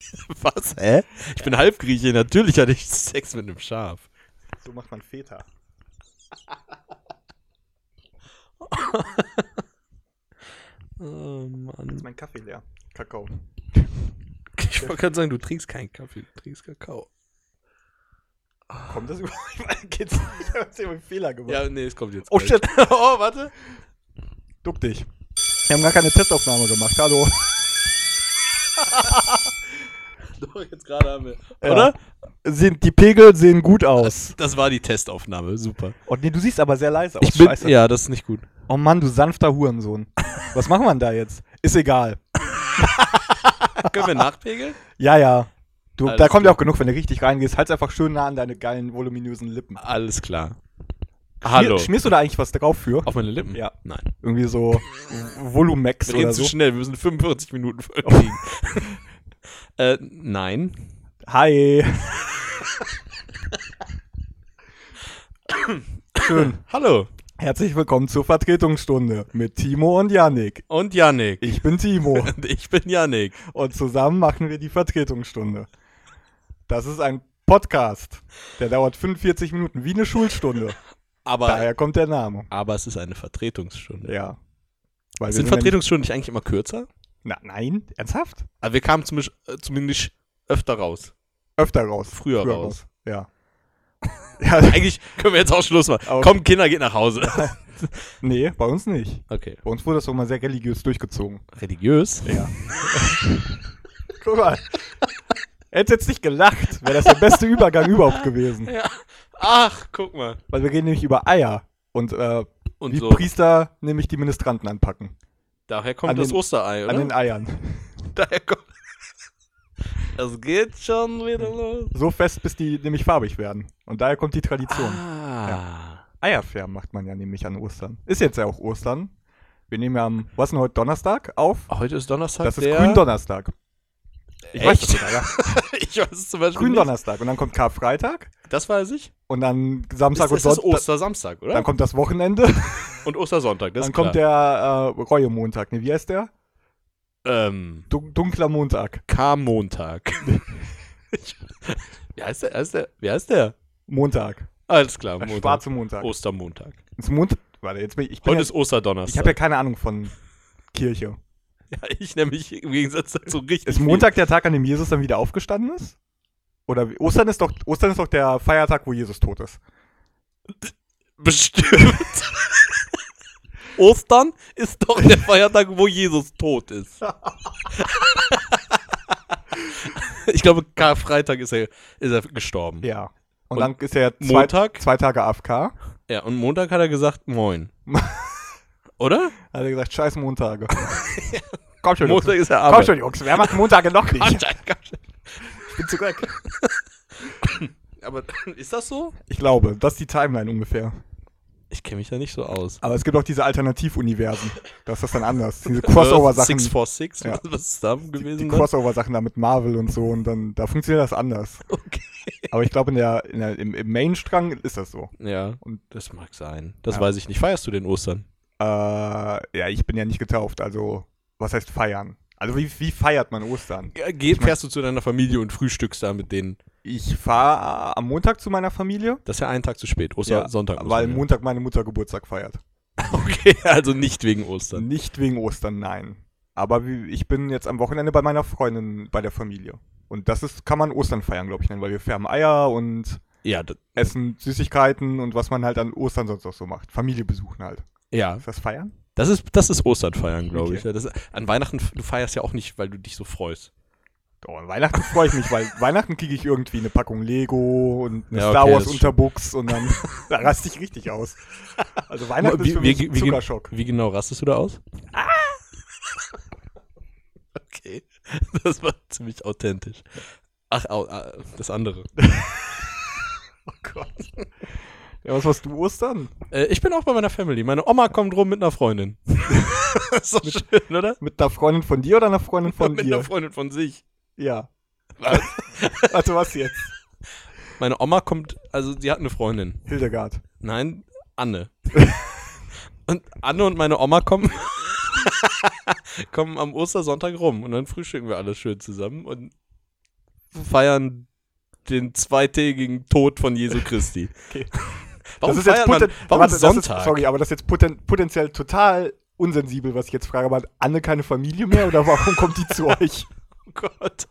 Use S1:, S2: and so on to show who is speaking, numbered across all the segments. S1: Was? Hä? Ich bin Halbgrieche, natürlich hatte ich Sex mit einem Schaf.
S2: So macht man Feta.
S1: Oh Mann.
S2: Ist mein Kaffee leer. Kakao.
S1: Ich wollte gerade sagen, du trinkst keinen Kaffee, du trinkst Kakao.
S2: Kommt das überhaupt? Geht's nicht? Ich hab jetzt irgendwie einen Fehler gemacht.
S1: Ja, nee, es kommt jetzt.
S2: oh
S1: gleich.
S2: shit. Oh, warte. Duck dich. Wir haben gar keine Testaufnahme gemacht. Hallo.
S1: Doch, jetzt gerade haben wir.
S2: Ja.
S1: Oder?
S2: Sind, die Pegel sehen gut aus.
S1: Das war die Testaufnahme, super.
S2: Und Oh, nee, du siehst aber sehr leise aus.
S1: Ich bin,
S2: Scheiße.
S1: ja, das ist nicht gut.
S2: Oh Mann, du sanfter Hurensohn. Was machen wir denn da jetzt? Ist egal.
S1: Können wir nachpegeln?
S2: Ja, ja. Du,
S1: Alles
S2: da kommt
S1: klar.
S2: ja auch genug, wenn du richtig reingehst. Halt's einfach schön nah an deine geilen, voluminösen Lippen.
S1: Alles klar. Hallo.
S2: Schmier, schmierst du da eigentlich was drauf für?
S1: Auf meine Lippen?
S2: Ja.
S1: Nein.
S2: Irgendwie so Volumex
S1: Wir reden
S2: oder
S1: zu
S2: so.
S1: schnell, wir müssen 45 Minuten veröffentlichen. äh, nein.
S2: Hi. schön.
S1: Hallo.
S2: Herzlich willkommen zur Vertretungsstunde mit Timo und Yannick.
S1: Und Yannick.
S2: Ich bin Timo
S1: Und ich bin Yannick.
S2: und zusammen machen wir die Vertretungsstunde. Das ist ein Podcast. Der dauert 45 Minuten, wie eine Schulstunde.
S1: Aber,
S2: Daher kommt der Name.
S1: aber es ist eine Vertretungsstunde.
S2: Ja. Weil wir
S1: Sind
S2: nämlich-
S1: Vertretungsstunden nicht eigentlich immer kürzer?
S2: Na, nein, ernsthaft?
S1: Aber wir kamen zum, äh, zumindest öfter raus.
S2: Öfter raus.
S1: Früher raus.
S2: Ja. ja.
S1: Eigentlich können wir jetzt auch Schluss machen.
S2: Okay.
S1: Komm, Kinder, geht nach Hause.
S2: Nee, bei uns nicht.
S1: Okay.
S2: Bei uns wurde das auch mal sehr religiös durchgezogen.
S1: Religiös?
S2: Ja. Guck mal. Hätte jetzt nicht gelacht, wäre das der beste Übergang überhaupt gewesen.
S1: Ja. Ach, guck mal.
S2: Weil wir reden nämlich über Eier und, äh,
S1: Und
S2: wie
S1: so.
S2: Priester nämlich die Ministranten anpacken.
S1: Daher kommt
S2: An
S1: das
S2: den-
S1: Osterei, oder?
S2: An den Eiern.
S1: Daher kommt. Es geht schon wieder los.
S2: So fest, bis die nämlich farbig werden. Und daher kommt die Tradition.
S1: Ah.
S2: Eierfärben macht man ja nämlich an Ostern. Ist jetzt ja auch Ostern. Wir nehmen ja am, was ist denn heute, Donnerstag auf?
S1: Heute ist Donnerstag.
S2: Das ist
S1: der
S2: Gründonnerstag. Ich weiß das
S1: Echt?
S2: sogar, ja.
S1: ich weiß es zum Beispiel. nicht.
S2: Gründonnerstag. Und dann kommt Karfreitag.
S1: Das weiß ich.
S2: Und dann Samstag
S1: ist, ist
S2: und
S1: das
S2: Sonntag.
S1: Ostersamstag, oder?
S2: Dann kommt das Wochenende.
S1: Und Ostersonntag, das
S2: dann
S1: ist klar.
S2: kommt der äh, Reue-Montag. Ne, wie heißt der?
S1: ähm,
S2: Dun dunkler Montag.
S1: K-Montag. Ich- wie heißt der? heißt der? Wie heißt der?
S2: Montag.
S1: Alles klar,
S2: Montag.
S1: Montag.
S2: Schwarze Montag.
S1: Ostermontag.
S2: Ist Mont Warte, jetzt bin ich. ich bin
S1: Heute
S2: ja,
S1: ist Osterdonnerstag.
S2: ich habe ja keine Ahnung von Kirche.
S1: Ja, ich nämlich im Gegensatz dazu richtig.
S2: Ist Montag der Tag, an dem Jesus dann wieder aufgestanden ist? Oder wie- Ostern ist doch Ostern ist doch der Feiertag, wo Jesus tot ist.
S1: viel. Bestimmt. Ostern ist doch der Feiertag, wo Jesus tot ist. ich glaube, Karfreitag ist er, ist er gestorben. Ja.
S2: Ja. Und,
S1: Und
S2: dann ist er zwei,
S1: Montag?
S2: zwei Tage AFK.
S1: und Montag hat er gesagt, moin. Oder?
S2: Hat er gesagt, scheiß Montage. Komm schon,
S1: Montag
S2: Jungs.
S1: ist er Ah,
S2: Komm
S1: Arbeit.
S2: schon, Jungs. Wer macht Montage noch nicht?
S1: Ich bin zurück. Aber ist das so?
S2: Ich glaube, das ist die Timeline ungefähr.
S1: Ich kenne mich da nicht so aus.
S2: Aber es gibt auch diese Alternativuniversen. Da ist das dann anders. Diese Crossover-Sachen.
S1: 646,
S2: Ja.
S1: was ist da
S2: Die,
S1: gewesen?
S2: die
S1: dann?
S2: Crossover-Sachen da mit Marvel und so. Und dann, da funktioniert das anders.
S1: Okay.
S2: Aber ich glaube, in der, in der, im, im Main-Strang ist das so.
S1: Ja,
S2: Und-
S1: das mag sein. Das
S2: Ja.
S1: weiß ich nicht. Feierst du den Ostern?
S2: Äh, ja, ich bin ja nicht getauft. Also, was heißt feiern? Also, wie, wie feiert man Ostern?
S1: Geht, fährst du zu deiner Familie und frühstückst da mit denen?
S2: Ich fahre am Montag zu meiner Familie.
S1: Das ist ja einen Tag zu spät. Oster,
S2: Ja,
S1: Sonntag. muss
S2: Weil
S1: man ja.
S2: Montag meine Mutter Geburtstag feiert.
S1: Okay, also nicht wegen Ostern.
S2: Nicht wegen Ostern, nein. Aber wie- ich bin jetzt am Wochenende bei meiner Freundin bei der Familie. Und das ist, kann man Ostern feiern, glaube ich, nennen, weil wir färben Eier und
S1: Ja, d-
S2: essen Süßigkeiten und was man halt an Ostern sonst auch so macht. Familie besuchen halt.
S1: ja.
S2: Ist das Feiern?
S1: Das ist, das ist Ostern feiern, glaube
S2: Okay.
S1: ich. Ja, Das, an Weihnachten, f- du feierst ja auch nicht, weil du dich so freust.
S2: Oh, an Weihnachten freue ich mich, weil Weihnachten kriege ich irgendwie eine Packung Lego und eine
S1: Ja, okay,
S2: Star Wars
S1: das stimmt.
S2: Unterbuchs und dann da raste ich richtig aus. Also Weihnachten
S1: Wie-
S2: ist für
S1: wie-
S2: mich
S1: wie- wie-
S2: Zuckerschock.
S1: Wie genau rastest du da aus? Ah! Okay, das war ziemlich authentisch. Ach, au, ah, das andere.
S2: Oh Gott. Ja, was machst du Ostern?
S1: Äh, ich bin auch bei meiner Family. Meine Oma kommt rum mit einer Freundin. ist doch schön, oder?
S2: Mit einer Freundin von dir oder einer Freundin von
S1: mit
S2: dir?
S1: einer Freundin von sich.
S2: ja.
S1: Was?
S2: Warte, was jetzt?
S1: Meine Oma kommt, also sie hat eine Freundin.
S2: Hildegard.
S1: Nein, Anne. und Anne und meine Oma kommen, kommen am Ostersonntag rum und dann frühstücken wir alle schön zusammen und feiern den zweitägigen Tod von Jesu Christi.
S2: Okay.
S1: Warum
S2: das ist jetzt
S1: feiert man,
S2: poten-
S1: warum
S2: warte, Das
S1: Sonntag?
S2: ist, sorry, aber das ist jetzt poten potenziell total unsensibel, was ich jetzt frage. Aber hat Anne keine Familie mehr oder warum kommt die zu euch?
S1: oh Gott.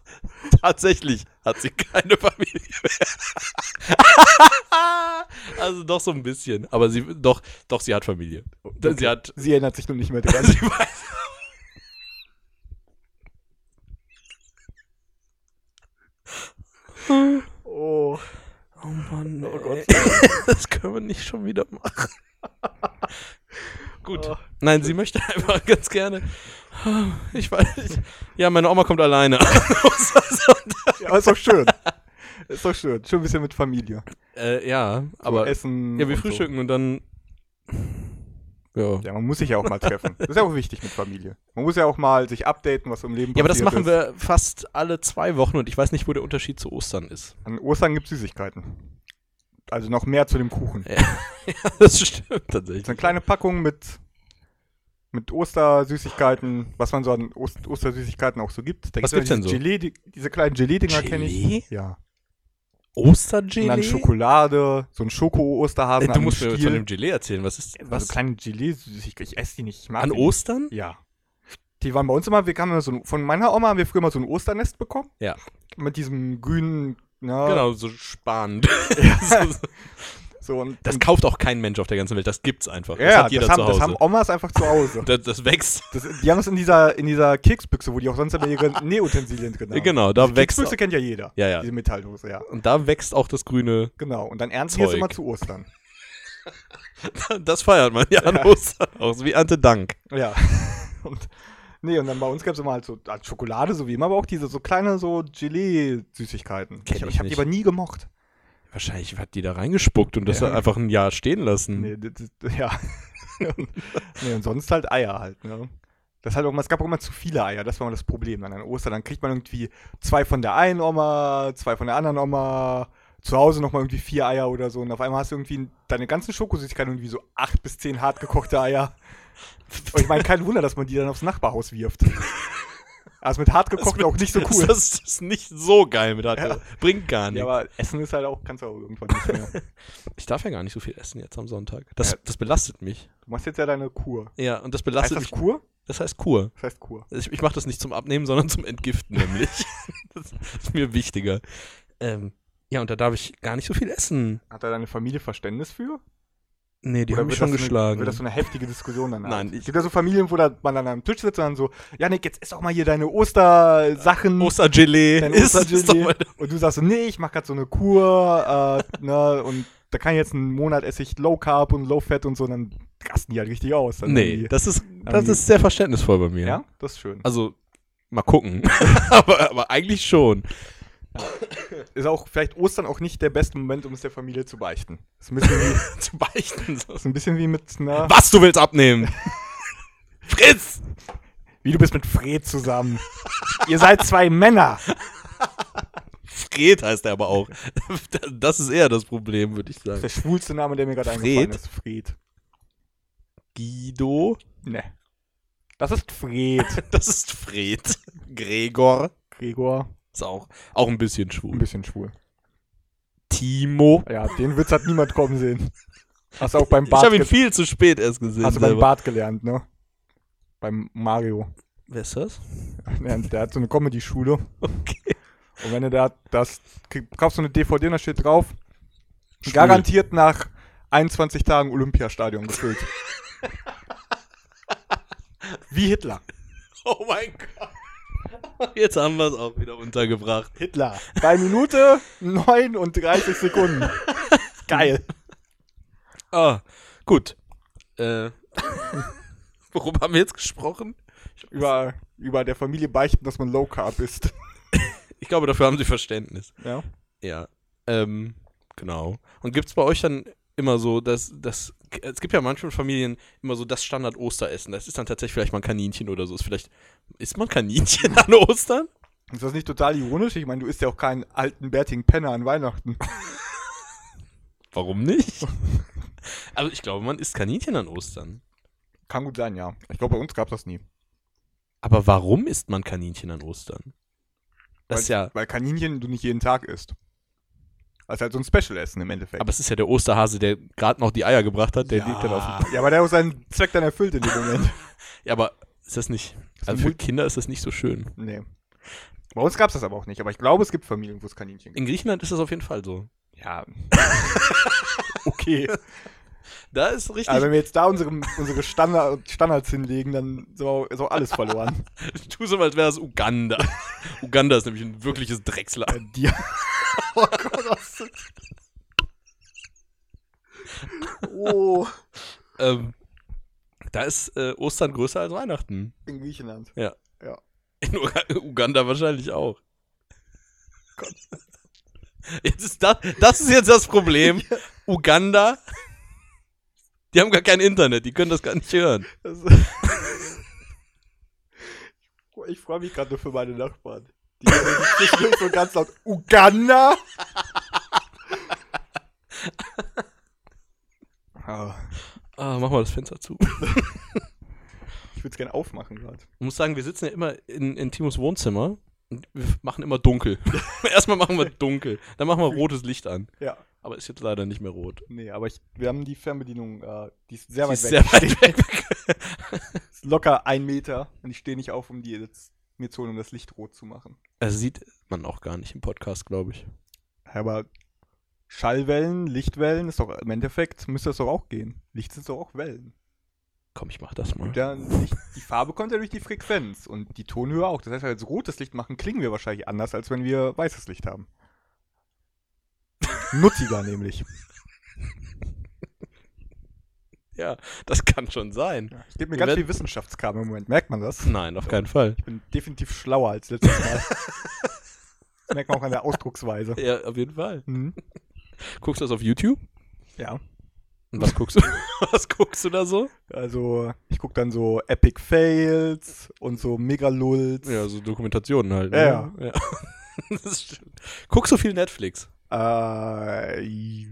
S1: Tatsächlich hat sie keine Familie mehr. also doch so ein bisschen. Aber sie, doch, doch, sie hat Familie. Sie hat
S2: Sie erinnert sich nun nicht mehr dran.
S1: Sie weiß.
S2: oh.
S1: Oh Mann,
S2: Oh Gott.
S1: Das können wir nicht schon wieder machen. Gut.
S2: Oh.
S1: Nein, sie möchte einfach ganz gerne. Ich weiß nicht. Ja, meine Oma kommt alleine.
S2: Ja, ist doch schön. ist doch schön. Schön ein bisschen mit Familie.
S1: äh, ja, aber.
S2: So Essen.
S1: Ja, wir
S2: und so.
S1: frühstücken und dann. Ja.
S2: Ja, man muss sich ja auch mal treffen. Das ist ja auch wichtig mit Familie. Man muss ja auch mal sich updaten, was im Leben
S1: Ja, aber das
S2: passiert
S1: machen
S2: ist.
S1: wir fast alle zwei Wochen und ich weiß nicht, wo der Unterschied zu Ostern ist.
S2: An Ostern gibt es Süßigkeiten. Also noch mehr zu dem Kuchen.
S1: Ja. Das stimmt
S2: So eine
S1: tatsächlich.
S2: kleine Packung mit, mit Ostersüßigkeiten, was man so an Ost Ostersüßigkeiten auch so gibt. Da
S1: Was
S2: gibt's ja
S1: gibt's denn
S2: diese Gelee, die, diese kleinen Gelee-Dinger kenne ich.
S1: Gelee?
S2: Ja. Und dann
S1: Ostergelee?
S2: Schokolade, so ein
S1: Ey,
S2: Schoko-Osterhasen
S1: Du
S2: am
S1: musst mir jetzt
S2: Stiel.
S1: von dem Gelee erzählen. Was ist.
S2: Also
S1: Was?
S2: kleine Gelee-Süßigkeiten. Ich esse die nicht. Ich mag
S1: An
S2: die
S1: Ostern?
S2: Ja. Die waren bei uns immer, wir haben immer so ein, von meiner Oma haben wir früher mal so ein Osternest bekommen.
S1: Ja.
S2: Mit diesem grünen, na,
S1: Genau, so spannend. So- so-
S2: so und,
S1: das
S2: und
S1: kauft auch kein Mensch auf der ganzen Welt. Das gibt's einfach.
S2: ja,
S1: das hat jeder
S2: das, haben,
S1: zu Hause.
S2: das haben Omas einfach zu Hause.
S1: das, das wächst.
S2: Das, die haben es in dieser, in dieser Keksbüchse, wo die auch sonst immer ihre Nähutensilien drin haben. Also
S1: Genau, da
S2: Die
S1: wächst.
S2: Keksbüchse kennt ja jeder.
S1: Ja, ja.
S2: Diese Metalldose, ja.
S1: Und da wächst auch das Grüne.
S2: Genau. Und dann ernten die es
S1: Zeug.
S2: immer zu Ostern.
S1: Das feiert man ja an
S2: Ja.
S1: Ostern aus, wie Ante Dank.
S2: Ja. Und, nee, und dann bei uns gab es immer halt so halt Schokolade, so wie immer, aber auch diese so kleine so Gelee-Süßigkeiten.
S1: Kenn
S2: hab-
S1: ich
S2: ich habe die
S1: nicht.
S2: aber nie gemocht.
S1: Wahrscheinlich hat die da reingespuckt und das
S2: Ja.
S1: einfach ein Jahr stehen lassen.
S2: Nee, das, das, ja. nee, und sonst halt Eier halt, ne? Das ist halt auch immer, es gab auch immer zu viele Eier, das war immer das Problem dann an Ostern. Dann kriegt man irgendwie zwei von der einen Oma, zwei von der anderen Oma, zu Hause nochmal irgendwie vier Eier oder so und auf einmal hast du irgendwie deine ganzen Schokosüßigkeiten irgendwie so acht bis zehn hart gekochte Eier. Und ich meine, kein Wunder, dass man die dann aufs Nachbarhaus wirft. Also mit hart gekocht auch nicht so cool.
S1: Das ist- das ist nicht so geil mit Ante.
S2: Ja.
S1: Bringt gar nichts.
S2: Ja, aber Essen ist halt auch, kannst du auch irgendwann nicht mehr. Du
S1: ich darf ja gar nicht so viel essen jetzt am Sonntag. Das,
S2: Ja.
S1: das belastet mich.
S2: machst jetzt ja deine Kur.
S1: Ja, und das
S2: Heißt
S1: belastet
S2: das
S1: mich.
S2: Kur?
S1: Das heißt Kur.
S2: Das heißt Kur.
S1: Ich, ich mache das nicht zum Abnehmen, sondern zum Entgiften nämlich. das ist mir wichtiger. Ähm, ja, und da darf ich gar nicht so viel essen.
S2: Hat da deine Familie Verständnis für?
S1: Nee, die
S2: Oder
S1: haben mich
S2: wird
S1: schon
S2: das so Eine,
S1: geschlagen.
S2: wird das so eine heftige Diskussion dann?
S1: Nein,
S2: ich
S1: ich-
S2: gibt ja so Familien, wo da man dann am Tisch sitzt und dann so, Janik, jetzt isst doch mal hier deine Ostersachen.
S1: Ostergelee.
S2: dein
S1: Ist, ist doch
S2: Ostergelee.
S1: mal,
S2: und du sagst so, nee, ich mach grad so eine Kur, äh, ne, und da kann ich jetzt einen Monat esse ich Low Carb und Low Fat und so, und dann rasten die halt richtig aus. Dann
S1: nee,
S2: irgendwie.
S1: das ist, das
S2: irgendwie-
S1: ist sehr verständnisvoll bei mir.
S2: ja, das ist schön.
S1: Also, mal gucken. aber, aber eigentlich schon.
S2: Ist auch vielleicht Ostern auch nicht der beste Moment, um es der Familie zu beichten. Ist ein bisschen wie,
S1: Zu beichten. So.
S2: ist ein bisschen wie mit, ne,
S1: Was, du willst abnehmen? Fritz!
S2: wie du bist mit Fred zusammen. Ihr seid zwei Männer.
S1: Fred heißt er aber auch. Das ist eher das Problem, würde ich
S2: Das ist
S1: sagen.
S2: der schwulste Name, der mir gerade
S1: Fred?
S2: eingefallen ist. Fred.
S1: Guido?
S2: Ne. Das ist Fred.
S1: Das ist Fred. Gregor?
S2: Gregor.
S1: Ist auch, auch ein bisschen schwul.
S2: Ein bisschen schwul.
S1: Timo.
S2: Ja, den Witz hat niemand kommen sehen. Hast du auch beim
S1: Ich
S2: Bart,
S1: habe ihn
S2: ge
S1: viel zu spät erst gesehen.
S2: hast du beim
S1: selber.
S2: Bart gelernt, ne? Beim Mario.
S1: Wer ist das?
S2: Ja, Der hat so eine Comedy-Schule.
S1: Okay.
S2: Und wenn du da das krieg- kaufst, so eine DVD und da steht drauf,
S1: Schwul.
S2: garantiert nach 21 Tagen Olympiastadion gefüllt. Wie Hitler.
S1: Oh mein Gott. Jetzt haben wir es auch wieder untergebracht.
S2: Hitler. Bei Minute 39 Sekunden. Geil.
S1: Ah, gut. Äh, worum haben wir jetzt gesprochen?
S2: über, über der Familie beichten, dass man Low Carb ist.
S1: Ich glaube, dafür haben sie Verständnis.
S2: Ja.
S1: Ja. Ähm, genau. Und gibt es bei euch dann immer so, dass, dass es gibt ja manchmal Familien immer so das Standard-Osteressen. Das ist dann tatsächlich vielleicht mal ein Kaninchen oder so. Ist vielleicht, isst man Kaninchen an Ostern?
S2: Ist das nicht total ironisch? Ich meine, du isst ja auch keinen alten bärtigen Penner an Weihnachten.
S1: Warum nicht? Also ich glaube, man isst Kaninchen an Ostern.
S2: Kann gut sein, ja. Ich glaube, bei uns gab es das nie.
S1: Aber warum isst man Kaninchen an Ostern? Das ist ja.
S2: Weil Kaninchen du nicht jeden Tag isst. Also halt so ein Special-Essen im Endeffekt.
S1: Aber es ist ja der Osterhase, der gerade noch die Eier gebracht hat, der liegt dann auf dem.
S2: ja, aber der hat auch seinen Zweck dann erfüllt in dem Moment.
S1: Ja, aber ist das nicht.
S2: ist
S1: Also
S2: ein
S1: für
S2: Mul-
S1: Kinder ist das nicht so schön.
S2: nee. Bei uns gab es das aber auch nicht, aber ich glaube, es gibt Familien, wo es Kaninchen gibt.
S1: In Griechenland ist das auf jeden Fall so.
S2: Ja. okay.
S1: Da ist richtig.
S2: Also wenn wir jetzt da unsere, unsere Standard, Standards hinlegen, dann ist auch, ist auch alles verloren.
S1: tu so, als wäre es Uganda. Uganda ist nämlich ein wirkliches Drecksland.
S2: Die, oh Gott, was ist das? Oh,
S1: Ähm, da ist äh, Ostern größer als Weihnachten.
S2: in Griechenland.
S1: In Uga Uganda wahrscheinlich auch. Jetzt ist das, das ist jetzt das Problem. Uganda, die haben gar kein Internet, die können das gar nicht hören.
S2: Das ich freue mich gerade nur für meine Nachbarn. Die haben so ganz laut Uganda. Ah,
S1: Ah, mach mal das Fenster zu.
S2: ich würde es gerne aufmachen gerade.
S1: Ich muss sagen, wir sitzen ja immer in, in Timos Wohnzimmer und wir machen immer dunkel. Erstmal machen wir dunkel, dann machen wir rotes Licht an.
S2: Ja,
S1: Aber ist jetzt leider nicht mehr rot.
S2: nee, aber ich, wir haben die Fernbedienung, äh, die ist sehr
S1: Die
S2: weit
S1: ist sehr
S2: weg.
S1: weit weg.
S2: Ist locker ein Meter und ich stehe nicht auf, um die jetzt mir zu holen, um das Licht rot zu machen.
S1: Das sieht man auch gar nicht im Podcast, glaube ich.
S2: Aber Schallwellen, Lichtwellen, ist doch im Endeffekt, müsste das doch auch gehen. Licht sind doch auch Wellen.
S1: Komm, ich mach das mal.
S2: Und dann nicht, die Farbe kommt ja durch die Frequenz und die Tonhöhe auch. Das heißt, wenn wir jetzt rotes Licht machen, klingen wir wahrscheinlich anders, als wenn wir weißes Licht haben. Nuttiger nämlich.
S1: Ja, das kann schon sein.
S2: Ich gebe mir
S1: Wir
S2: ganz
S1: werden-
S2: viel Wissenschaftskram im Moment. Merkt man das?
S1: Nein, auf keinen Fall.
S2: Ich bin definitiv schlauer als letztes Mal. Das merkt man auch an der Ausdrucksweise.
S1: Ja, auf jeden Fall.
S2: Mhm.
S1: Guckst du das auf YouTube?
S2: Ja.
S1: Und was guckst du? was guckst du da so?
S2: Also, ich gucke dann so Epic Fails und so Megalulz.
S1: Ja, so Dokumentationen halt. ne?
S2: Ja,
S1: ja. das stimmt. Guckst du viel Netflix?
S2: Äh, i-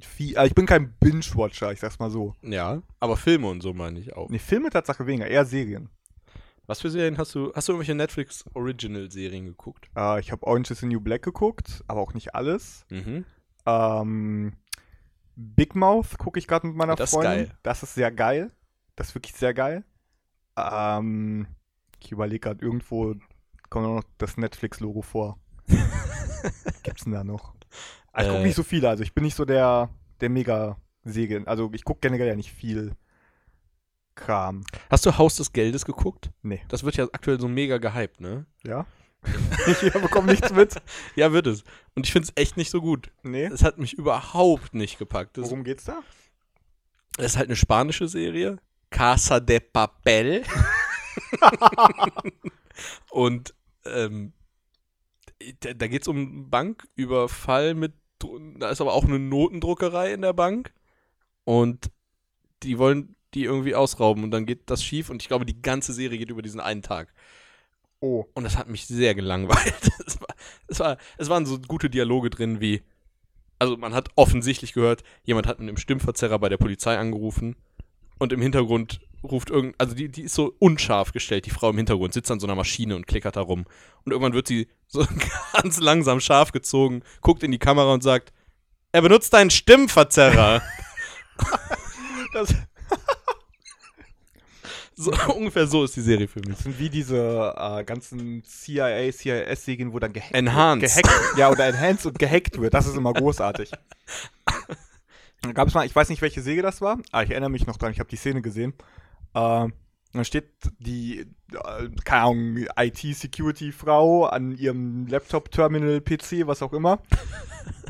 S2: viel, äh, ich bin kein Binge-Watcher, ich sag's mal so.
S1: Ja. Aber Filme und so meine ich auch.
S2: Nee, Filme Tatsache weniger, eher Serien.
S1: Was für Serien hast du? Hast du irgendwelche Netflix Original Serien geguckt?
S2: Äh, ich habe Orange is the New Black geguckt, aber auch nicht alles.
S1: Mhm.
S2: Ähm, Big Mouth gucke ich gerade mit meiner
S1: Das ist
S2: Freundin.
S1: geil.
S2: Das ist sehr geil. Das ist wirklich sehr geil. Ähm, ich überlege gerade irgendwo, kommt noch das Netflix-Logo vor. Gibt's denn da noch? Ah, Ich gucke
S1: Äh.
S2: nicht so viele, also ich bin nicht so der, der Mega-Segen. Also ich gucke generell ja nicht viel Kram.
S1: Hast du Haus des Geldes geguckt?
S2: Nee.
S1: Das wird ja aktuell so mega gehypt, ne?
S2: Ja? ich bekomme nichts mit.
S1: Ja, wird es. Und ich finde es echt nicht so gut.
S2: Nee.
S1: Es hat mich überhaupt nicht gepackt. Das,
S2: Worum geht's da?
S1: das ist halt eine spanische Serie. Casa de Papel. Und ähm, da, da geht es um einen Banküberfall mit. Dr- Da ist aber auch eine Notendruckerei in der Bank. Und die wollen die irgendwie ausrauben. Und dann geht das schief. Und ich glaube, die ganze Serie geht über diesen einen Tag.
S2: Oh.
S1: Und das hat mich sehr gelangweilt. Es, war, es, war, es waren so gute Dialoge drin wie, also man hat offensichtlich gehört, jemand hat mit einem Stimmverzerrer bei der Polizei angerufen und im Hintergrund ruft irgend, also die, die ist so unscharf gestellt, die Frau im Hintergrund sitzt an so einer Maschine und klickert da rum. Und irgendwann wird sie so ganz langsam scharf gezogen, guckt in die Kamera und sagt, er benutzt einen Stimmverzerrer.
S2: Das,
S1: so, ungefähr so ist die Serie für mich.
S2: Das sind wie diese äh, ganzen CIA, CIS-Serien, wo dann gehackt
S1: Enhanced.
S2: Gehackt, ja, oder enhanced und gehackt wird. Das ist immer großartig. Da gab es mal, ich weiß nicht, welche Säge das war, aber ich erinnere mich noch dran, ich habe die Szene gesehen. Ähm, dann steht die, äh, keine Ahnung, IT-Security-Frau an ihrem Laptop-Terminal, PC, was auch immer.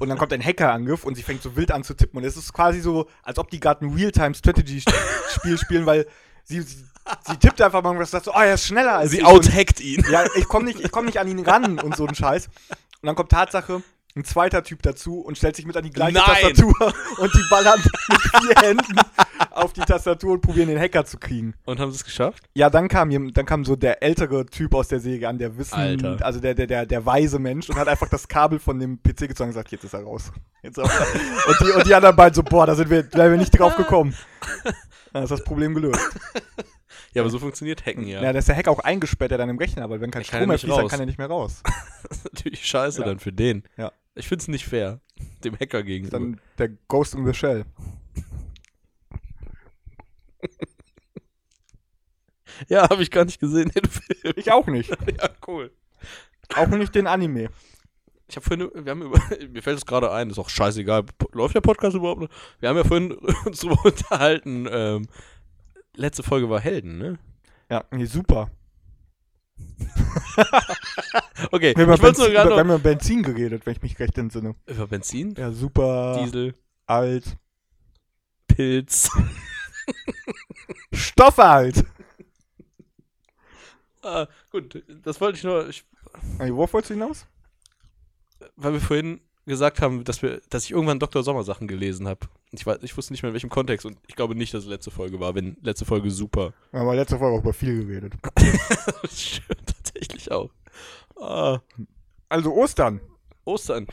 S2: Und dann kommt ein Hackerangriff und sie fängt so wild an zu tippen. Und es ist quasi so, als ob die gerade ein Real-Time-Strategy-Spiel spielen, weil sie, sie, sie tippt einfach mal irgendwas und sagt so, oh, er ist schneller als
S1: Sie
S2: ich. Und-
S1: outhackt ihn.
S2: ja, ich komme nicht, ich komm nicht an ihn ran und so ein Scheiß. Und dann kommt Tatsache, ein zweiter Typ dazu und stellt sich mit an die gleiche
S1: Nein.
S2: Tastatur und die ballern mit vier Händen auf die Tastatur und probieren den Hacker zu kriegen.
S1: Und haben sie es geschafft?
S2: Ja, dann kam, jem- dann kam so der ältere Typ aus der Säge an, der Wissen,
S1: Alter.
S2: also der, der, der, der weise Mensch und hat einfach das Kabel von dem PC gezogen und gesagt, jetzt ist er raus. Jetzt ist er raus. Und, die, und die anderen beiden so, boah, da sind wir, wären wir nicht drauf gekommen. Dann ist das Problem gelöst.
S1: Ja, aber so funktioniert Hacken ja.
S2: Ja, da ist der Hacker auch eingesperrt, der dann im Rechner, weil wenn kein
S1: kann
S2: Strom
S1: ja
S2: mehr
S1: nicht
S2: fließt, dann
S1: raus.
S2: kann er nicht mehr raus.
S1: Das ist natürlich scheiße
S2: Ja.
S1: dann für den.
S2: Ja.
S1: Ich find's nicht fair. Dem Hacker
S2: Ist
S1: gegenüber.
S2: Dann der Ghost in the Shell.
S1: ja, habe ich gar nicht gesehen, den Film.
S2: Ich auch nicht.
S1: ja, cool.
S2: auch nicht den Anime.
S1: Ich habe vorhin, wir haben über, mir fällt es gerade ein, ist auch scheißegal, po- läuft der Podcast überhaupt noch? Wir haben ja vorhin uns drüber unterhalten, ähm, letzte Folge war Helden, ne?
S2: Ja, nee, super.
S1: Okay,
S2: Wir haben
S1: ich wollte
S2: über,
S1: nur
S2: Benzin, über, wir
S1: gerade noch,
S2: haben über Benzin geredet, wenn ich mich recht entsinne.
S1: über Benzin,
S2: Ja, super.
S1: Diesel,
S2: Alt.
S1: Pilz.
S2: Stoff alt.
S1: ah, gut, das wollte ich nur, ich,
S2: Ey, Worauf wolltest du hinaus?
S1: weil wir vorhin gesagt haben, dass wir, dass ich irgendwann Dr. Sommer Sachen gelesen habe. Ich, weiß- ich wusste nicht mehr in welchem Kontext und ich glaube nicht, dass es letzte Folge war, wenn letzte Folge super.
S2: Wir haben aber letzte Folge auch über viel geredet.
S1: das stimmt tatsächlich auch. Ah,
S2: Also Ostern.
S1: Ostern.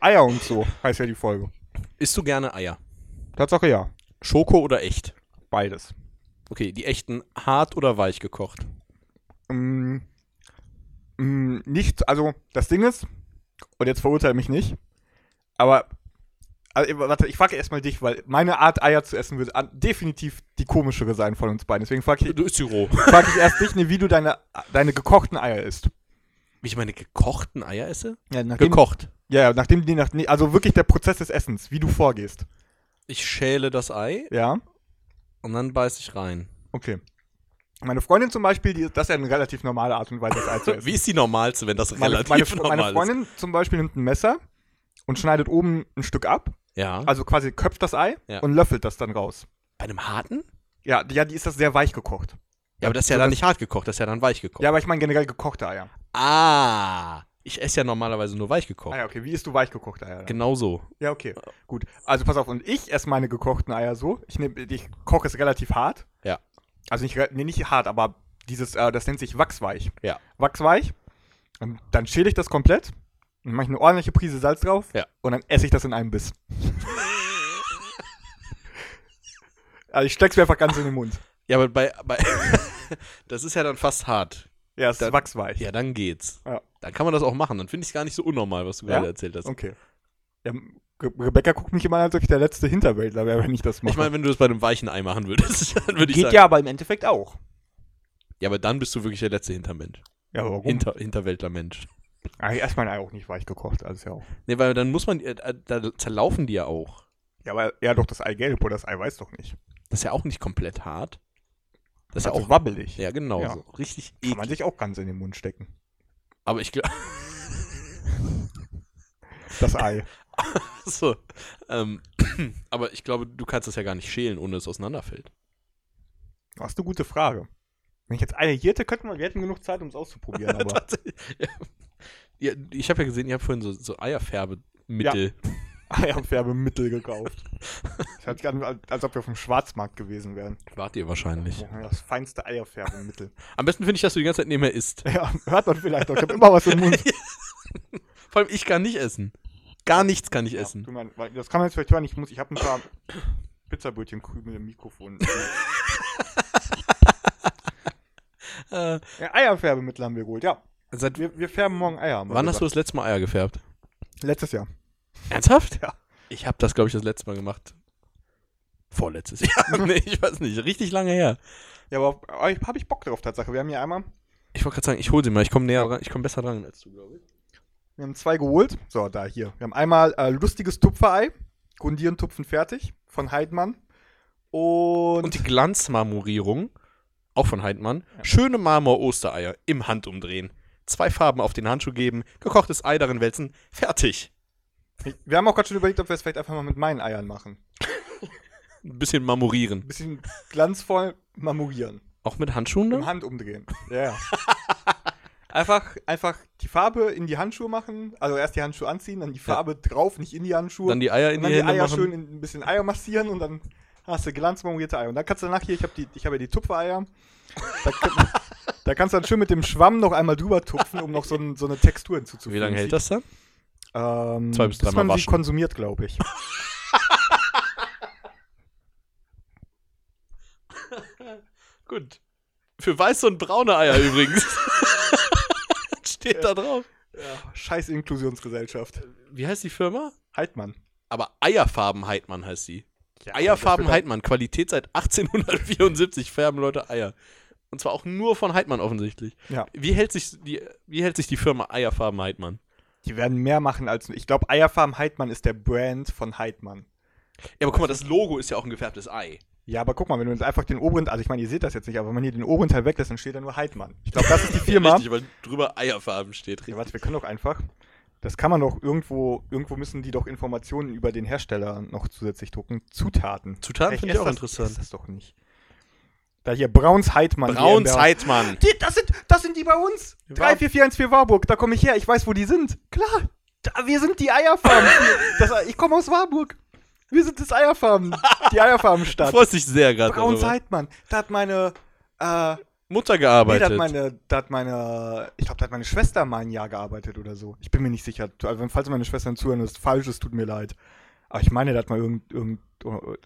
S2: Eier und so heißt ja die Folge.
S1: Isst du gerne Eier?
S2: Tatsache ja.
S1: Schoko oder echt?
S2: Beides.
S1: Okay, die echten hart oder weich gekocht?
S2: Mm, mm, nicht, also das Ding ist, und jetzt verurteile mich nicht, aber also, warte, ich frage erstmal dich, weil meine Art Eier zu essen würde an, definitiv die komischere sein von uns beiden. Deswegen frage ich,
S1: Du isst sie roh.
S2: frag ich erst dich, ne, wie du deine, deine gekochten Eier isst.
S1: Wie ich meine gekochten Eier esse?
S2: Ja, nachdem,
S1: Gekocht.
S2: ja, ja, nachdem die nach, nee, also wirklich der Prozess des Essens, wie du vorgehst.
S1: Ich schäle das Ei
S2: Ja,
S1: und dann beiß ich rein.
S2: okay. Meine Freundin zum Beispiel, die, das ist ja eine relativ normale Art und Weise, das Ei zu essen.
S1: Wie ist die normalste, wenn das
S2: meine,
S1: relativ
S2: meine,
S1: normal
S2: meine Freundin zum Beispiel nimmt ein Messer und schneidet oben ein Stück ab
S1: ist? Ja.
S2: Also quasi köpft das Ei
S1: Ja.
S2: und löffelt das dann raus.
S1: Bei einem harten?
S2: Ja, die, ja, die ist das sehr weich gekocht.
S1: Ja, aber das ist ja
S2: So
S1: dann
S2: das-
S1: nicht hart gekocht, das ist ja dann weich gekocht.
S2: Ja, aber ich meine generell gekochte Eier.
S1: Ah, ich esse ja normalerweise nur weich gekocht.
S2: Ah ja, okay. Wie isst du weich gekochte Eier? dann?
S1: Genau so.
S2: Ja, okay. Gut. Also pass auf, und ich esse meine gekochten Eier so. Ich, nehm, ich koche es relativ hart.
S1: Ja.
S2: Also nicht, re- nee, nicht hart, aber dieses, äh, das nennt sich wachsweich.
S1: Ja.
S2: Wachsweich. Und dann schäle ich das komplett. Dann mache ich eine ordentliche Prise Salz drauf.
S1: Ja.
S2: Und dann esse ich das in einem Biss. also ich steck's mir einfach ganz in den Mund.
S1: Ja, aber bei, bei das ist ja dann fast hart.
S2: Ja, es
S1: Dann-
S2: ist wachsweich.
S1: Ja, dann geht's.
S2: Ja.
S1: Dann kann man das auch machen. Dann finde ich es gar nicht so unnormal, was du
S2: Ja?
S1: gerade erzählt hast.
S2: Okay. Ja, Re Rebecca guckt mich immer an, als ob ich der letzte Hinterwäldler wäre, wenn ich das mache.
S1: Ich meine, wenn du das bei einem weichen Ei machen würdest, dann würde ich sagen.
S2: ja aber im Endeffekt auch.
S1: Ja, aber dann bist du wirklich der letzte Hintermensch.
S2: Ja, warum?
S1: Hinter, Hinterwäldlermensch.
S2: Ah, ich esse mein Ei auch nicht weich gekocht, also ist ja auch.
S1: Nee, weil dann muss man, äh, äh, da zerlaufen die ja auch.
S2: Ja, aber ja doch das Eigelb oder das Eiweiß doch nicht.
S1: Das ist ja auch nicht komplett hart. Das ist ja
S2: Also
S1: auch.
S2: wabbelig.
S1: Ja, genau.
S2: Ja.
S1: So. Richtig
S2: Kann man
S1: eklig.
S2: sich auch ganz in den Mund stecken.
S1: Aber ich glaube.
S2: Das Ei.
S1: so, ähm, aber ich glaube, du kannst das ja gar nicht schälen, ohne dass es auseinanderfällt.
S2: Das ist eine gute Frage. Wenn ich jetzt Eier hier hätte, könnten wir, wir hätten genug Zeit, um es auszuprobieren, aber.
S1: Tatsächlich. Ja. Ja, ich habe ja gesehen, ihr habt vorhin so, so Eierfärbemittel.
S2: Eierfärbemittel gekauft. Das hört sich an, als- als ob wir auf dem Schwarzmarkt gewesen wären.
S1: Wart ihr wahrscheinlich.
S2: Das feinste Eierfärbemittel.
S1: Am besten finde ich, dass du die ganze Zeit nebenher isst.
S2: Ja, hört man vielleicht auch. Ich habe immer was im Mund.
S1: Vor allem, ich kann nicht essen. Gar nichts kann ich
S2: Ja,
S1: essen.
S2: du mein, weil- das kann man jetzt vielleicht hören, ich muss, ich habe ein paar Pizzabrötchenkrümel im Mikrofon.
S1: Äh,
S2: ja, Eierfärbemittel haben wir geholt, ja.
S1: seit
S2: Wir, wir färben morgen Eier. haben wir
S1: wann hast du
S2: gesagt.
S1: das letzte Mal Eier gefärbt?
S2: Letztes Jahr.
S1: Ernsthaft?
S2: Ja.
S1: Ich habe das, glaube ich, das letzte Mal gemacht. Vorletztes Jahr. nee, ich weiß nicht. Richtig lange her.
S2: Ja, aber auf- aber ich- hab ich Bock drauf, Tatsache. Wir haben hier einmal,
S1: Ich wollte gerade sagen, ich hole sie mal. Ich komme näher ran. Ich komme besser dran als du, glaube ich.
S2: wir haben zwei geholt. So, da, hier. Wir haben einmal äh, lustiges Tupferei, grundieren, tupfen, fertig, von Heidmann. Und,
S1: Und die Glanzmarmorierung, auch von Heidmann.
S2: Ja.
S1: Schöne Marmor-Ostereier im Handumdrehen. Zwei Farben auf den Handschuh geben, gekochtes Ei darin wälzen. Fertig.
S2: wir haben auch gerade schon überlegt, ob wir es vielleicht einfach mal mit meinen Eiern machen.
S1: Ein bisschen marmorieren.
S2: Ein bisschen glanzvoll marmorieren.
S1: Auch mit Handschuhen?
S2: Im
S1: Ne?
S2: Hand umdrehen. Ja, ja. einfach, einfach die Farbe in die Handschuhe machen, also erst die Handschuhe anziehen, dann die Farbe drauf, nicht in die Handschuhe.
S1: Dann die Eier in
S2: und
S1: die
S2: dann die,
S1: Hände
S2: Eier
S1: machen.
S2: schön in, ein bisschen Eier massieren und dann hast du glanzmarmorierte Eier. Und dann kannst du danach hier, ich habe die, ich habe ja die Tupfereier. Da, kann, da kannst du dann schön mit dem Schwamm noch einmal drüber tupfen, um noch so, ein, so eine Textur hinzuzufügen.
S1: Wie lange hält das dann?
S2: Ähm,
S1: Zwei bis
S2: bis
S1: dreimal
S2: man sie
S1: waschen.
S2: konsumiert, glaube ich.
S1: Gut. Für weiße und braune Eier übrigens. Steht da drauf.
S2: Ja, scheiß Inklusionsgesellschaft. Halt
S1: Wie heißt die Firma?
S2: Heidmann.
S1: Aber Eierfarben Heidmann heißt sie.
S2: Ja,
S1: Eierfarben halt- Heidmann, Qualität seit 1874, färben Leute Eier. Und zwar auch nur von Heidmann offensichtlich.
S2: Ja.
S1: Wie hält sich die, wie hält sich die Firma Eierfarben Heidmann?
S2: Die werden mehr machen als. Ich glaube, Eierfarm Heidmann ist der Brand von Halt Heidmann.
S1: Ja, aber guck mal, das Logo ist ja auch ein gefärbtes Ei.
S2: Ja, aber guck mal, wenn du jetzt einfach den oberen, also ich meine, ihr seht das jetzt nicht, aber wenn man hier den oberen Teil weglässt, dann steht da nur Heidmann. Ich glaube, das ist die Firma.
S1: Richtig, weil drüber Eierfarben steht.
S2: ja,
S1: Richtig.
S2: warte, wir können doch einfach. Das kann man doch irgendwo, irgendwo müssen die doch Informationen über den Hersteller noch zusätzlich drucken. Zutaten.
S1: Zutaten
S2: Ich
S1: finde ich
S2: esse
S1: auch
S2: das,
S1: interessant.
S2: esse das doch nicht. Da hier, Brauns Heidmann.
S1: Brauns
S2: GmbH.
S1: Heidmann.
S2: Die, das, sind, das sind die bei uns.
S1: Warburg.
S2: 34414 Warburg, da komme ich her, ich weiß, wo die sind. Klar, da, wir sind die Eierfarben. das, ich komme aus Warburg. Wir sind das Eierfarben, die
S1: Du
S2: Eierfarbenstadt.
S1: freust dich sehr gerade.
S2: Braun
S1: darüber.
S2: Zeitmann, da hat meine, äh,
S1: Mutter
S2: nee, da
S1: gearbeitet.
S2: hat meine, da hat meine, ich glaube, da hat meine Schwester mal ein Jahr gearbeitet oder so. Ich bin mir nicht sicher. Also, falls meine Schwestern zuhören, das ist falsch, es tut mir leid. Aber ich meine, da hat mal irgend, irgend,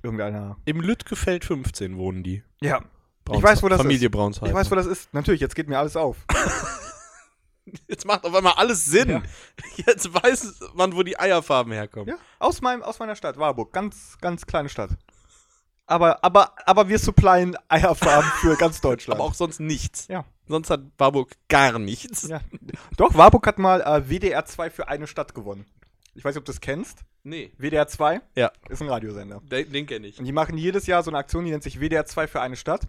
S2: irgendeiner.
S1: Im Lüttgefeld 15 wohnen die.
S2: Ja,
S1: Brauns-
S2: weiß, wo das
S1: Familie
S2: ist.
S1: Braunsheim.
S2: ich weiß, wo das ist. Natürlich, jetzt geht mir alles auf.
S1: Jetzt macht auf einmal alles Sinn.
S2: Ja.
S1: Jetzt weiß man, wo die Eierfarben herkommen.
S2: Ja, aus, meinem, aus meiner Stadt, Warburg. Ganz, ganz kleine Stadt. Aber, aber, aber wir supplyen Eierfarben für ganz Deutschland.
S1: Aber auch sonst nichts.
S2: ja.
S1: Sonst hat Warburg gar nichts.
S2: ja. Doch, Warburg hat mal äh, WDR 2 für eine Stadt gewonnen. Ich weiß nicht, ob du das kennst.
S1: Nee.
S2: WDR 2
S1: Ja,
S2: ist ein Radiosender.
S1: den, den kenne ich.
S2: Und die machen jedes Jahr so eine Aktion, die nennt sich WDR 2 für eine Stadt.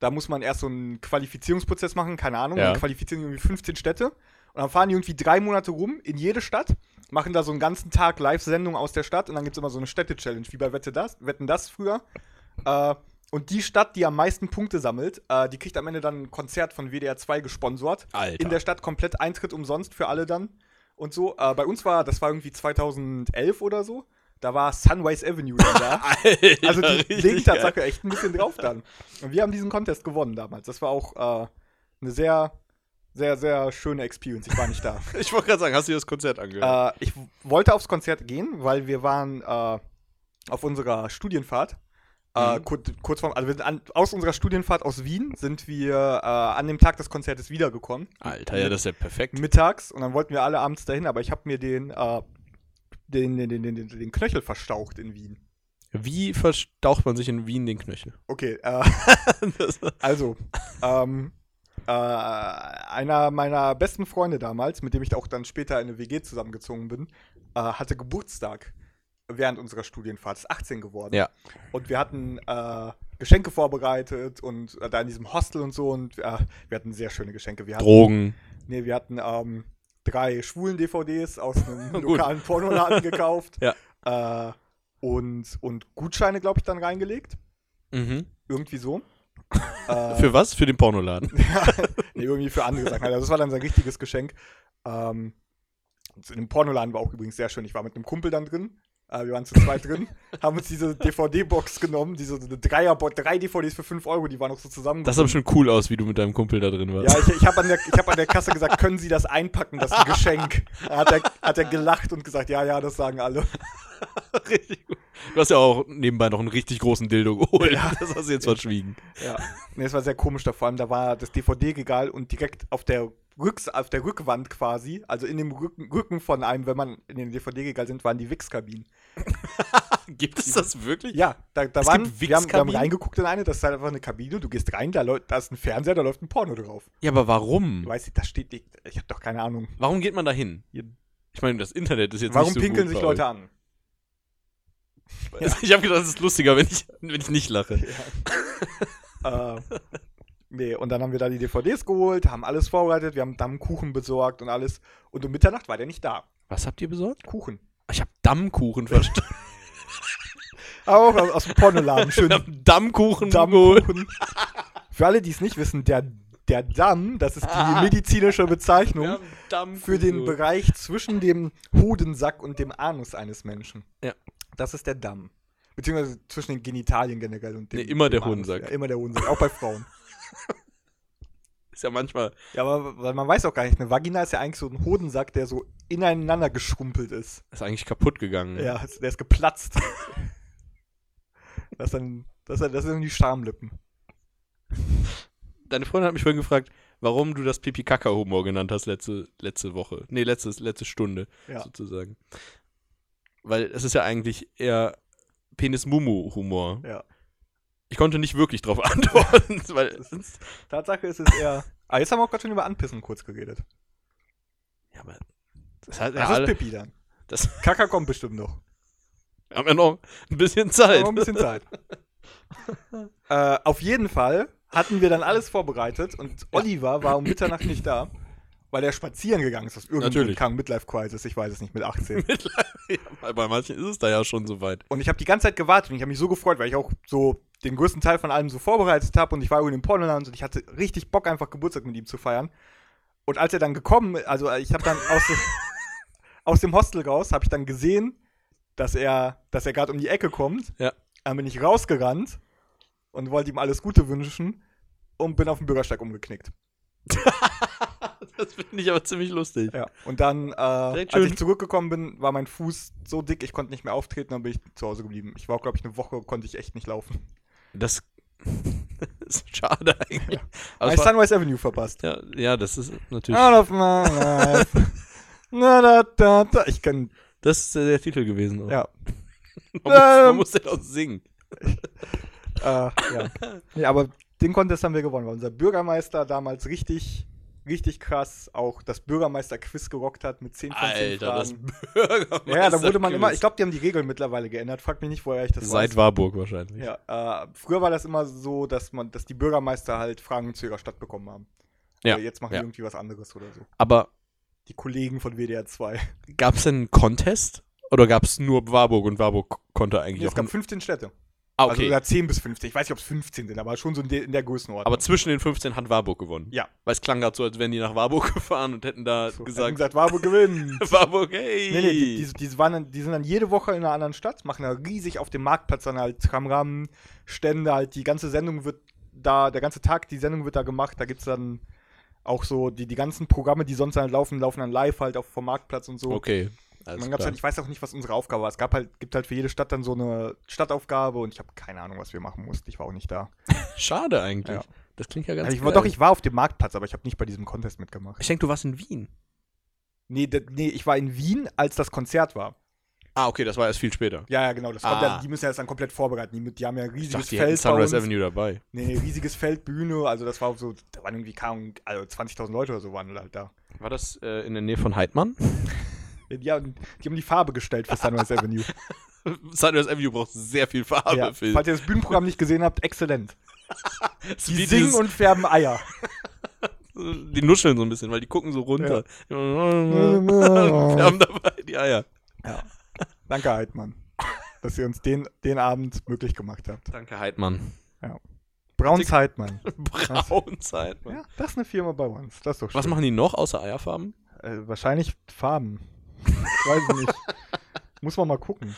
S2: Da muss man erst so einen Qualifizierungsprozess machen, keine Ahnung.
S1: Ja.
S2: Dann qualifizieren die irgendwie 15 Städte. Und dann fahren die irgendwie drei Monate rum in jede Stadt, machen da so einen ganzen Tag Live-Sendung aus der Stadt und dann gibt es immer so eine Städte-Challenge, wie bei Wette das, Wetten das früher. Äh, und die Stadt, die am meisten Punkte sammelt, äh, die kriegt am Ende dann ein Konzert von WDR 2 gesponsert.
S1: Alter.
S2: In der Stadt komplett Eintritt umsonst für alle dann. Und so, äh, bei uns war, das war irgendwie 2011 oder so, da war Sunrise Avenue dann da.
S1: Alter,
S2: Also die
S1: richtig
S2: legen
S1: geil.
S2: Tatsache echt ein bisschen drauf dann. Und wir haben diesen Contest gewonnen damals. Das war auch äh, eine sehr, sehr, sehr schöne Experience. Ich war nicht da.
S1: Ich wollte gerade sagen, hast du dir das Konzert angehört?
S2: äh, ich w- wollte aufs Konzert gehen, weil wir waren äh, auf unserer Studienfahrt. Äh,
S1: Mhm.
S2: kurz, kurz vor, also wir sind an, aus unserer Studienfahrt aus Wien sind wir äh, an dem Tag des Konzertes wiedergekommen
S1: Alter, ja, das ist ja perfekt.
S2: mittags und dann wollten wir alle abends dahin, aber ich habe mir den, äh, den, den, den, den, den, den Knöchel verstaucht in Wien.
S1: Wie verstaucht man sich in Wien den Knöchel?
S2: Okay, äh,
S1: Das-
S2: Also, ähm, äh, einer meiner besten Freunde damals, mit dem ich auch dann später in eine WG zusammengezogen bin, äh, hatte Geburtstag während unserer Studienfahrt. Ist 18 geworden.
S1: Ja.
S2: Und wir hatten äh, Geschenke vorbereitet und äh, da in diesem Hostel und so und äh, wir hatten sehr schöne Geschenke. Wir hatten,
S1: Drogen.
S2: nee, wir hatten ähm, drei schwulen DVDs aus einem
S1: Gut.
S2: lokalen Pornoladen gekauft.
S1: Ja.
S2: Äh, und, und Gutscheine, glaube ich, dann reingelegt.
S1: Mhm.
S2: Irgendwie so. äh,
S1: Für was? Für den Pornoladen.
S2: nee, irgendwie für andere Sachen. Also das war dann sein richtiges Geschenk. Ähm, und in dem Pornoladen war auch übrigens sehr schön. Ich war mit einem Kumpel dann drin. Äh, wir waren zu zweit drin, haben uns diese DVD-Box genommen, diese so eine Dreier, drei DVDs für 5 Euro, die waren noch so zusammen.
S1: Das sah bestimmt cool aus, wie du mit deinem Kumpel da drin warst.
S2: ja, ich, ich habe an, der- ich hab an der Kasse gesagt, können Sie das einpacken, das ist ein Geschenk. Da Hat er, hat er gelacht und gesagt, ja, ja, das sagen alle.
S1: richtig gut. Du hast ja auch nebenbei noch einen richtig großen Dildo geholt. Das hast du jetzt verschwiegen.
S2: Ja. Nee, es war sehr komisch da. Vor allem, da war das DVD-Regal und direkt auf der, Rücks auf der Rückwand quasi, also in dem Rücken, Rücken von einem, wenn man in dem DVD-Regal sind, waren die Wichskabinen.
S1: Gibt es das wirklich?
S2: Ja, da, da
S1: Es
S2: waren,
S1: gibt
S2: wir haben, wir haben
S1: Wichskabinen?
S2: reingeguckt in eine, das ist halt einfach eine Kabine, du gehst rein, da, läu- da ist ein Fernseher, da läuft ein Porno drauf.
S1: Ja, aber warum?
S2: Du weißt nicht, da steht, nicht- ich habe doch keine Ahnung.
S1: Warum geht man da hin?
S2: Ja.
S1: Ich meine, das Internet ist jetzt
S2: Warum
S1: nicht so
S2: pinkeln
S1: gut
S2: sich
S1: bei
S2: Leute an?
S1: euch. Ich habe gedacht, es ist lustiger, wenn ich, wenn ich nicht lache.
S2: äh, nee, und dann haben wir da die DVDs geholt, haben alles vorbereitet, wir haben Dammkuchen besorgt und alles. Und um Mitternacht war der nicht da.
S1: Was habt ihr besorgt?
S2: Kuchen.
S1: Ich habe Dammkuchen verstanden.
S2: Aber auch aus, aus dem Pornoladen, schön
S1: Ich hab Dammkuchen geholt.
S2: Dammkuchen. Für alle, die es nicht wissen, der, der Damm, das ist die
S1: Ah.
S2: medizinische Bezeichnung.
S1: Wir haben Dammkuchen
S2: für den
S1: geholt.
S2: Bereich zwischen dem Hodensack und dem Anus eines Menschen.
S1: Ja.
S2: Das ist der Damm. Beziehungsweise zwischen den Genitalien generell und dem.
S1: Nee, immer der
S2: dem Anus.
S1: Hodensack.
S2: Ja, immer der Hodensack, auch bei Frauen.
S1: Ist ja manchmal.
S2: ja, aber weil man weiß auch gar nicht, eine Vagina ist ja eigentlich so ein Hodensack, der so ineinander geschrumpelt ist.
S1: Ist eigentlich kaputt gegangen.
S2: Ja, also der ist geplatzt. das, sind, das, sind, das sind die Schamlippen.
S1: Deine Freundin hat mich vorhin gefragt, warum du das pipi kaka humor genannt hast letzte, letzte Woche. Nee, letztes, letzte Stunde
S2: Ja.
S1: sozusagen. Weil es ist ja eigentlich eher Penis-Mumu-Humor.
S2: Ja.
S1: Ich konnte nicht wirklich drauf antworten, weil sonst-
S2: Tatsache ist es eher. Ah, jetzt haben wir auch gerade schon über Anpissen kurz geredet.
S1: ja, aber das hat ja
S2: Das Also ist
S1: alle,
S2: Pipi dann.
S1: das
S2: Kaka kommt bestimmt noch.
S1: haben wir noch ein bisschen
S2: Haben
S1: Zeit.
S2: wir ein bisschen Zeit. äh, auf jeden Fall hatten wir dann alles vorbereitet und Oliver war um Mitternacht nicht da, weil er spazieren gegangen ist aus irgendeinem
S1: Natürlich.
S2: kranken Midlife-Crisis, ich weiß es nicht, mit 18.
S1: ja, bei manchen ist es da ja schon so weit.
S2: Und ich habe die ganze Zeit gewartet und ich habe mich so gefreut, weil ich auch so den größten Teil von allem so vorbereitet habe und ich war in dem Pornoland und ich hatte richtig Bock, einfach Geburtstag mit ihm zu feiern. Und als er dann gekommen ist, also ich habe dann aus, dem- aus dem Hostel raus, habe ich dann gesehen, dass er, dass er gerade um die Ecke kommt.
S1: Ja.
S2: Dann bin ich rausgerannt und wollte ihm alles Gute wünschen und bin auf den Bürgersteig umgeknickt.
S1: Das finde ich aber ziemlich lustig.
S2: Ja. Und dann, äh, als
S1: Direkt schön.
S2: ich zurückgekommen bin, war mein Fuß so dick, ich konnte nicht mehr auftreten, dann bin ich zu Hause geblieben. Ich war, glaube ich, eine Woche, konnte ich echt nicht laufen.
S1: Das ist schade eigentlich. Aber
S2: Habe
S1: es
S2: ich
S1: war,
S2: Sunrise Avenue verpasst.
S1: ja, ja, das ist natürlich.
S2: Out of my life. Na, da, da, da. Ich kann.
S1: Das ist äh, der Titel gewesen. auch.
S2: Ja.
S1: Man, muss, man
S2: Ähm.
S1: muss ja auch singen.
S2: Äh, ja. Nee, aber den Contest haben wir gewonnen, weil unser Bürgermeister damals richtig, richtig krass auch das Bürgermeister-Quiz gerockt hat mit 10 von 10
S1: Alter, das
S2: Fragen.
S1: Bürgermeister.
S2: ja, da wurde man immer. Ich glaube, die haben die Regeln mittlerweile geändert. Frag mich nicht, woher ich das
S1: Seit
S2: weiß.
S1: Warburg wahrscheinlich.
S2: Ja, äh, früher war das immer so, dass man, dass die Bürgermeister halt Fragen zu ihrer Stadt bekommen haben.
S1: Ja,
S2: Aber jetzt machen
S1: ja.
S2: die irgendwie was anderes oder so.
S1: Aber
S2: Die Kollegen von WDR 2.
S1: gab es denn einen Contest? Oder gab es nur Warburg und Warburg konnte eigentlich
S2: Nee, es
S1: auch.
S2: gab 15 Städte.
S1: ah,
S2: Also
S1: okay.
S2: sogar 10 bis 15. Ich weiß nicht, ob es 15 sind, aber schon so in, de in der Größenordnung.
S1: aber zwischen den 15 hat Warburg gewonnen.
S2: Ja.
S1: Weil es klang gerade so, als wären die nach Warburg gefahren und hätten da
S2: so, gesagt,
S1: gesagt,
S2: gesagt Warburg gewinnen.
S1: Warburg, hey.
S2: nee, nee, die, die, die, waren dann, die sind dann jede Woche in einer anderen Stadt, machen da riesig auf dem Marktplatz dann halt Tramrahmen, Stände, halt die ganze Sendung wird da, der ganze Tag, die Sendung wird da gemacht, da gibt es dann auch so, die, die ganzen Programme, die sonst halt laufen, laufen dann live halt auf vom Marktplatz und so.
S1: okay.
S2: Und
S1: Alles
S2: dann gab's
S1: klar.
S2: halt, ich weiß auch nicht, was unsere Aufgabe war. Es gab halt, gibt halt für jede Stadt dann so eine Stadtaufgabe und ich habe keine Ahnung, was wir machen mussten. Ich war auch nicht da.
S1: Schade eigentlich.
S2: Ja.
S1: Das klingt ja
S2: Ja,
S1: ganz
S2: ich, war-
S1: geil.
S2: doch, ich war auf dem Marktplatz, aber ich habe nicht bei diesem Contest mitgemacht.
S1: ich denke, du warst in Wien.
S2: Nee, da, nee, ich war in Wien, als das Konzert war.
S1: Ah, okay, das war erst viel später.
S2: Ja, ja, genau. Das
S1: Ah.
S2: kommt ja, die müssen ja das dann komplett vorbereiten. Die, mit- die haben ja ein
S1: Ich
S2: riesiges
S1: dachte, die hätten
S2: Feld. bei uns.
S1: Sunrise Avenue dabei.
S2: Nee, nee, riesiges Feldbühne. Also das war so, da waren irgendwie keine Ahnung, also 20.000 Leute oder so waren halt da.
S1: War das äh, in der Nähe von Heidmann?
S2: Die haben, die haben die Farbe gestellt für Sunrise Avenue.
S1: Sunrise Avenue braucht sehr viel Farbe.
S2: ja.
S1: Phil.
S2: Falls ihr das Bühnenprogramm nicht gesehen habt, exzellent.
S1: Das ist
S2: Die
S1: wie
S2: singen
S1: dieses-
S2: und färben Eier.
S1: die nuscheln so ein bisschen, weil die gucken so runter. Wir
S2: ja.
S1: haben dabei die Eier.
S2: Danke, Heidmann, dass ihr uns den, den Abend möglich gemacht habt.
S1: Danke, Heidmann.
S2: Brauns Heidmann.
S1: Braunzeit.
S2: Ja, das ist eine Firma bei uns. Das ist doch schön.
S1: Was machen die noch außer Eierfarben?
S2: Äh, wahrscheinlich Farben. Ich weiß nicht. Muss man mal gucken.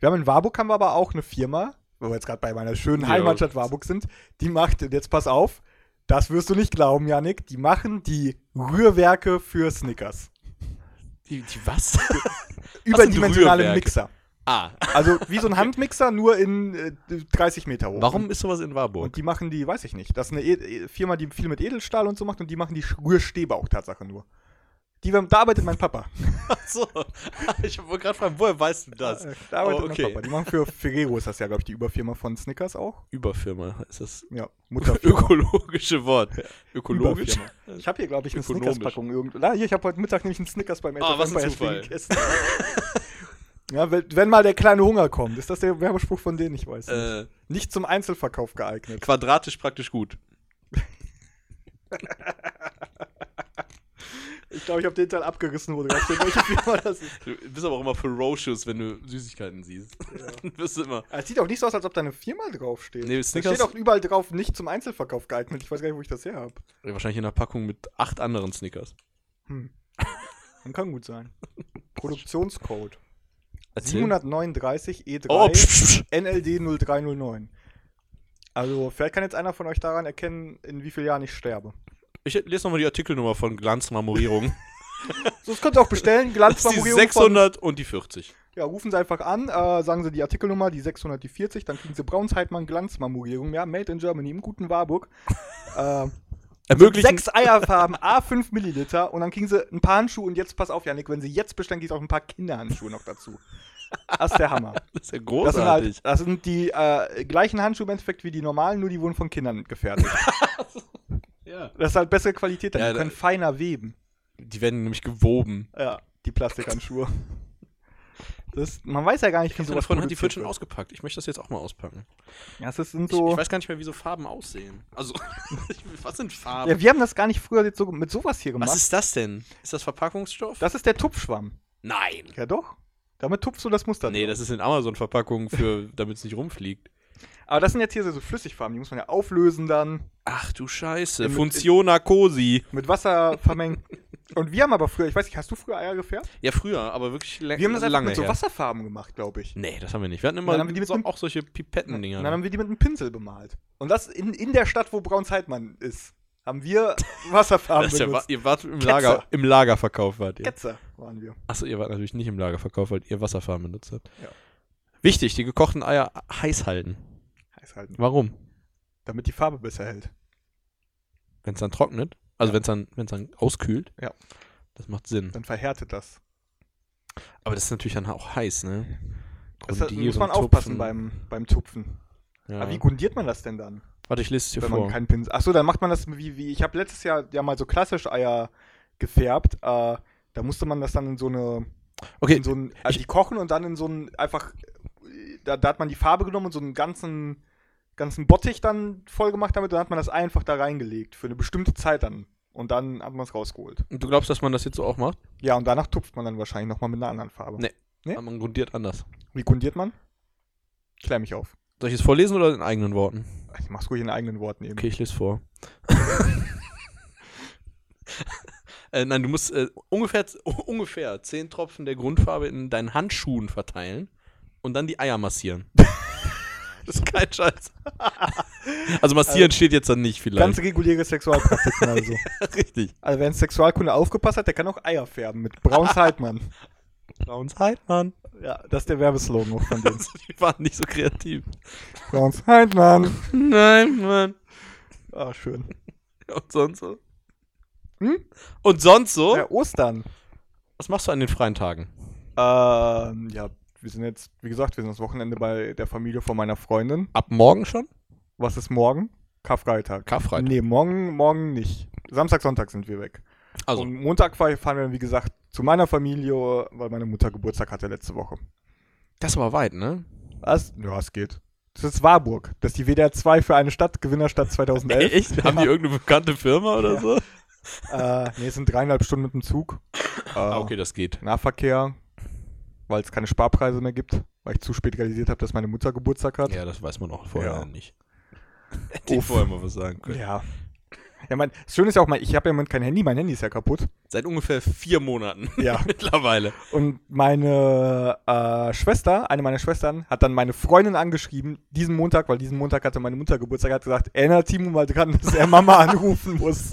S2: Wir haben in Warburg haben wir aber auch eine Firma, wo wir jetzt gerade bei meiner schönen
S1: Ja.
S2: Heimatstadt Warburg sind, die macht, und jetzt pass auf, das wirst du nicht glauben, Janik, die machen die Rührwerke für Snickers.
S1: Die, die was?
S2: Überdimensionale
S1: Rührwerke?
S2: Mixer.
S1: ah.
S2: Also wie so ein Handmixer, nur in äh, 30 Meter hoch.
S1: Warum ist sowas in
S2: Und
S1: Warburg?
S2: die machen die, weiß ich nicht. Das ist eine e e Firma, die viel mit Edelstahl und so macht und die machen die Sch- Rührstäbe auch Tatsache nur. Die, da arbeitet mein Papa.
S1: Achso. Ich wollte gerade fragen, woher weißt du das?
S2: Äh, Da arbeitet
S1: Oh,
S2: mein
S1: okay.
S2: Papa. Die machen für Ferrero ist das ja, glaube ich, die Überfirma von Snickers auch.
S1: Überfirma ist das
S2: Ja, Mutterfirma.
S1: ökologische Wort. Ökologisch?
S2: Überfirma. Ich habe hier, glaube ich, eine
S1: Ökonomisch.
S2: Snickers-Packung irgendwo. Na, hier, ich habe heute Mittag nämlich einen Snickers beim
S1: Ah, was ein
S2: bei
S1: Zufall.
S2: gegessen. ja, wenn, wenn mal der kleine Hunger kommt, ist das der Werbespruch von denen, ich weiß nicht.
S1: Äh,
S2: Nicht zum Einzelverkauf geeignet.
S1: quadratisch praktisch gut.
S2: Ich glaube, ich habe den Teil abgerissen, wo du gerade welche Firma das ist.
S1: Du bist aber auch immer ferocious, wenn du Süßigkeiten siehst. Dann wirst du immer.
S2: Ah, Es sieht auch nicht so aus, als ob da eine Firma draufsteht.
S1: Nee,
S2: da
S1: Snickers-
S2: steht auch überall drauf, nicht zum Einzelverkauf geeignet. Ich weiß gar nicht, wo ich das her habe.
S1: Wahrscheinlich in einer Packung mit acht anderen Snickers.
S2: Hm. Dann kann gut sein. Produktionscode.
S1: Erzähl.
S2: 739 E3
S1: Oh, psch, psch, psch.
S2: NLD 0309. Also, vielleicht kann jetzt einer von euch daran erkennen, in wie vielen Jahren ich sterbe.
S1: Ich lese nochmal die Artikelnummer von Glanzmarmorierung.
S2: So, das könnt ihr auch
S1: Das
S2: bestellen.
S1: ist die
S2: Glanzmarmorierung. von-
S1: 600 und die 40.
S2: Ja, rufen Sie einfach an, äh, sagen Sie die Artikelnummer, die 600, die 40, dann kriegen Sie Braunsheitmann Glanzmarmorierung. Ja, made in Germany, im guten Warburg. äh,
S1: ermöglichen.
S2: Sechs Eierfarben, A5 Milliliter und dann kriegen sie ein paar Handschuhe und jetzt, pass auf, Janik, wenn sie jetzt bestellen, kriegst du auch ein paar Kinderhandschuhe noch dazu. Das ist der Hammer.
S1: Das ist ja
S2: Das sind,
S1: großartig.
S2: halt, das sind die äh, gleichen Handschuhe im Endeffekt wie die normalen, nur die wurden von Kindern gefertigt.
S1: ja.
S2: Das ist halt bessere Qualität, dann
S1: Ja,
S2: die
S1: da-
S2: können feiner weben.
S1: Die werden nämlich gewoben.
S2: Ja, die Plastikhandschuhe. Das, man weiß ja gar nicht, wie
S1: Meine
S2: sowas
S1: Freundin hat die
S2: produziert
S1: Pfötchen
S2: wird.
S1: ausgepackt. Ich möchte das jetzt auch mal auspacken.
S2: Ja, das sind
S1: Ich, ich
S2: so.
S1: weiß gar nicht mehr, wie so Farben aussehen. Also, was sind Farben?
S2: ja, wir haben das gar nicht früher jetzt so mit sowas hier gemacht.
S1: was ist das denn? Ist das Verpackungsstoff?
S2: das ist der Tupfschwamm.
S1: Nein.
S2: Ja, doch. Damit tupfst du das Muster.
S1: Nee, das ist in Amazon-Verpackungen, für, damit es nicht rumfliegt.
S2: Aber das sind jetzt hier so Flüssigfarben, die muss man ja auflösen dann,
S1: Ach du Scheiße.
S2: Im-
S1: Funziona Cosi.
S2: mit Wasser vermengen. Und wir haben aber früher, ich weiß nicht, hast du früher Eier gefärbt?
S1: Ja, früher, aber wirklich lä-
S2: Wir haben das einfach
S1: lange
S2: mit so
S1: her.
S2: Wasserfarben gemacht, glaube ich.
S1: Nee, das haben wir nicht. Wir hatten immer
S2: Dann haben wir die mit
S1: so,
S2: einem-
S1: auch solche Pipettendinger.
S2: Und dann haben wir die mit einem Pinsel bemalt. Und das in, in der Stadt, wo Braunzeitmann ist, haben wir Wasserfarben
S1: das ist ja, wa-
S2: benutzt.
S1: ihr wart im
S2: Ketzer.
S1: Lager, im Lagerverkauf wart ihr.
S2: Ketzer waren wir.
S1: Achso, ihr wart natürlich nicht im Lagerverkauf, weil ihr Wasserfarben benutzt habt.
S2: Ja.
S1: Wichtig, die gekochten Eier heiß halten.
S2: Heiß halten.
S1: Warum?
S2: Damit die Farbe besser hält.
S1: Wenn es dann trocknet, also wenn's wenn es dann, wenn's dann auskühlt,
S2: Ja.
S1: das macht Sinn.
S2: Dann verhärtet das.
S1: Aber das ist natürlich dann auch heiß, ne?
S2: Das hat, muss
S1: Grundieren,
S2: man aufpassen
S1: Tupfen.
S2: beim, beim Tupfen.
S1: Ja.
S2: Aber wie grundiert man das denn dann?
S1: Warte, ich lese es dir
S2: wenn
S1: vor.
S2: man keinen Pinsel. Achso, dann macht man das wie, wie ich habe letztes Jahr ja mal so klassisch Eier gefärbt. Äh, da musste man das dann in so eine,
S1: okay,
S2: in so ein, also die kochen und dann in so ein einfach, äh, da, da hat man die Farbe genommen und so einen ganzen, ganzen Bottich dann voll gemacht damit. Dann hat man das einfach da reingelegt für eine bestimmte Zeit dann und dann hat man es rausgeholt.
S1: du glaubst, dass man das jetzt so auch macht?
S2: Ja und danach tupft man dann wahrscheinlich noch mal mit einer anderen Farbe.
S1: Nee.
S2: Nee?
S1: Aber man grundiert anders.
S2: Wie grundiert man? Klär mich auf.
S1: Soll ich es vorlesen oder in eigenen Worten?
S2: Ich mach's ruhig in eigenen Worten eben.
S1: Okay, ich lese vor. äh, nein, du musst äh, ungefähr, ungefähr 10 Tropfen der Grundfarbe in deinen Handschuhen verteilen und dann die Eier massieren. das ist kein Scheiß. also massieren steht jetzt dann nicht
S2: Ganz
S1: vielleicht.
S2: reguläre Sexualpraktiken also.
S1: richtig.
S2: Also wer in Sexualkunde aufgepasst hat, der kann auch Eier färben mit Brauns Heidmann.
S1: Brauns Heidmann.
S2: ja, das ist der Werbeslogan auch von denen.
S1: Also, die waren nicht so kreativ.
S2: Brauns Heidmann.
S1: Nein, Mann.
S2: Ah, schön.
S1: Und sonst so?
S2: Hm?
S1: Und sonst so?
S2: Ja, Ostern.
S1: Was machst du an den freien Tagen?
S2: Ähm, ja, wir sind jetzt, wie gesagt, wir sind das Wochenende bei der Familie von meiner Freundin.
S1: Ab morgen schon?
S2: Was ist morgen? Karfreitag.
S1: Karfreitag.
S2: Nee, morgen, morgen nicht. Samstag, Sonntag sind wir weg.
S1: Also,
S2: Und Montag fahr- fahren wir, wie gesagt, zu meiner Familie, weil meine Mutter Geburtstag hatte letzte Woche.
S1: das war weit, ne?
S2: Was? Ja, es geht. Das ist Warburg. Das ist die WDR 2 für eine Stadt, Gewinnerstadt 2011.
S1: Echt? Haben die irgendeine bekannte Firma oder
S2: Ja.
S1: so?
S2: Äh, nee, es sind dreieinhalb Stunden mit dem Zug. Äh,
S1: Ah, okay, das geht.
S2: Nahverkehr, weil es keine Sparpreise mehr gibt, weil ich zu spät realisiert habe, dass meine Mutter Geburtstag hat.
S1: Ja, das weiß man auch vorher
S2: Ja.
S1: nicht. Hätte ich
S2: Uff.
S1: vorher mal was sagen können.
S2: Ja. Ja, mein, das Schöne ist ja auch, mein, ich habe ja im Moment kein Handy, mein Handy ist ja kaputt.
S1: Seit ungefähr vier Monaten
S2: Ja.
S1: mittlerweile.
S2: Und meine äh, Schwester, eine meiner Schwestern, hat dann meine Freundin angeschrieben, diesen Montag, weil diesen Montag hatte meine Mutter Geburtstag, hat gesagt, erinnert Timo mal dran, dass er Mama anrufen muss.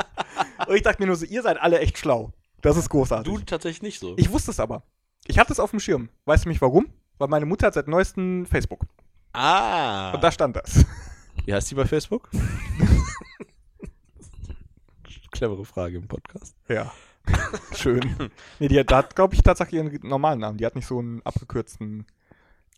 S2: Und ich dachte mir nur so, ihr seid alle echt schlau. Das ist großartig.
S1: Du tatsächlich nicht so.
S2: Ich wusste es aber. Ich hatte es auf dem Schirm. Weißt du mich warum? Weil meine Mutter hat seit neuestem Facebook.
S1: ah.
S2: Und da stand das.
S1: Wie heißt die bei Facebook? Clevere Frage im Podcast.
S2: Ja. Schön. Nee, die hat, da hat glaube ich, tatsächlich ihren normalen Namen. Die hat nicht so einen abgekürzten.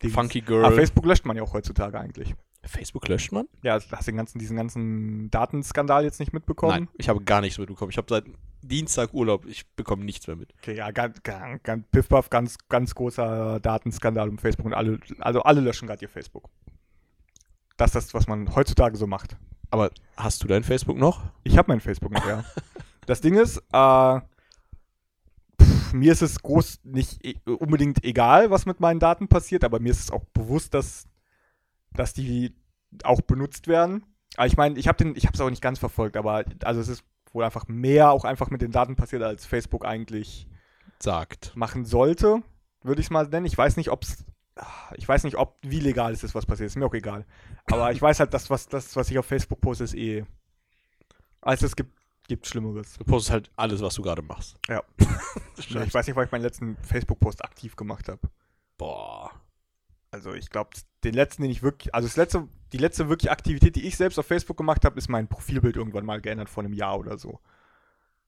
S2: Dings. Ah,
S1: Funky
S2: Aber
S1: Girl.
S2: Facebook löscht man ja auch heutzutage eigentlich.
S1: Facebook löscht man?
S2: Ja, also hast du den ganzen, diesen ganzen Datenskandal jetzt nicht mitbekommen?
S1: Nein, ich habe gar nichts mitbekommen. Ich habe seit Dienstag Urlaub. Ich bekomme nichts mehr mit.
S2: Okay, ja, ganz, ganz, ganz, Piffpuff, ganz, ganz großer Datenskandal um Facebook und alle, also alle löschen gerade ihr Facebook. Das ist das, was man heutzutage so macht.
S1: Aber hast du dein Facebook noch?
S2: Ich habe mein Facebook noch, ja. Das Ding ist, äh, pff, mir ist es groß nicht e unbedingt egal, was mit meinen Daten passiert, aber mir ist es auch bewusst, dass, dass die auch benutzt werden. Aber ich meine, ich habe den, ich habe es auch nicht ganz verfolgt, aber also es ist wohl einfach mehr auch einfach mit den Daten passiert, als Facebook eigentlich
S1: Sagt.
S2: machen sollte, würde ich es mal nennen. Ich weiß nicht, ob es, ich weiß nicht, ob wie legal es ist, was passiert. Ist mir auch egal. Aber ich weiß halt, das was das was ich auf Facebook poste, ist eh. Also es gibt gibt Schlimmeres.
S1: Du postest halt alles, was du gerade machst.
S2: Ja. ich weiß nicht, weil ich meinen letzten Facebook-Post aktiv gemacht habe.
S1: Boah.
S2: Also ich glaube, den letzten, den ich wirklich, also das letzte, die letzte wirklich Aktivität, die ich selbst auf Facebook gemacht habe, ist mein Profilbild irgendwann mal geändert vor einem Jahr oder so.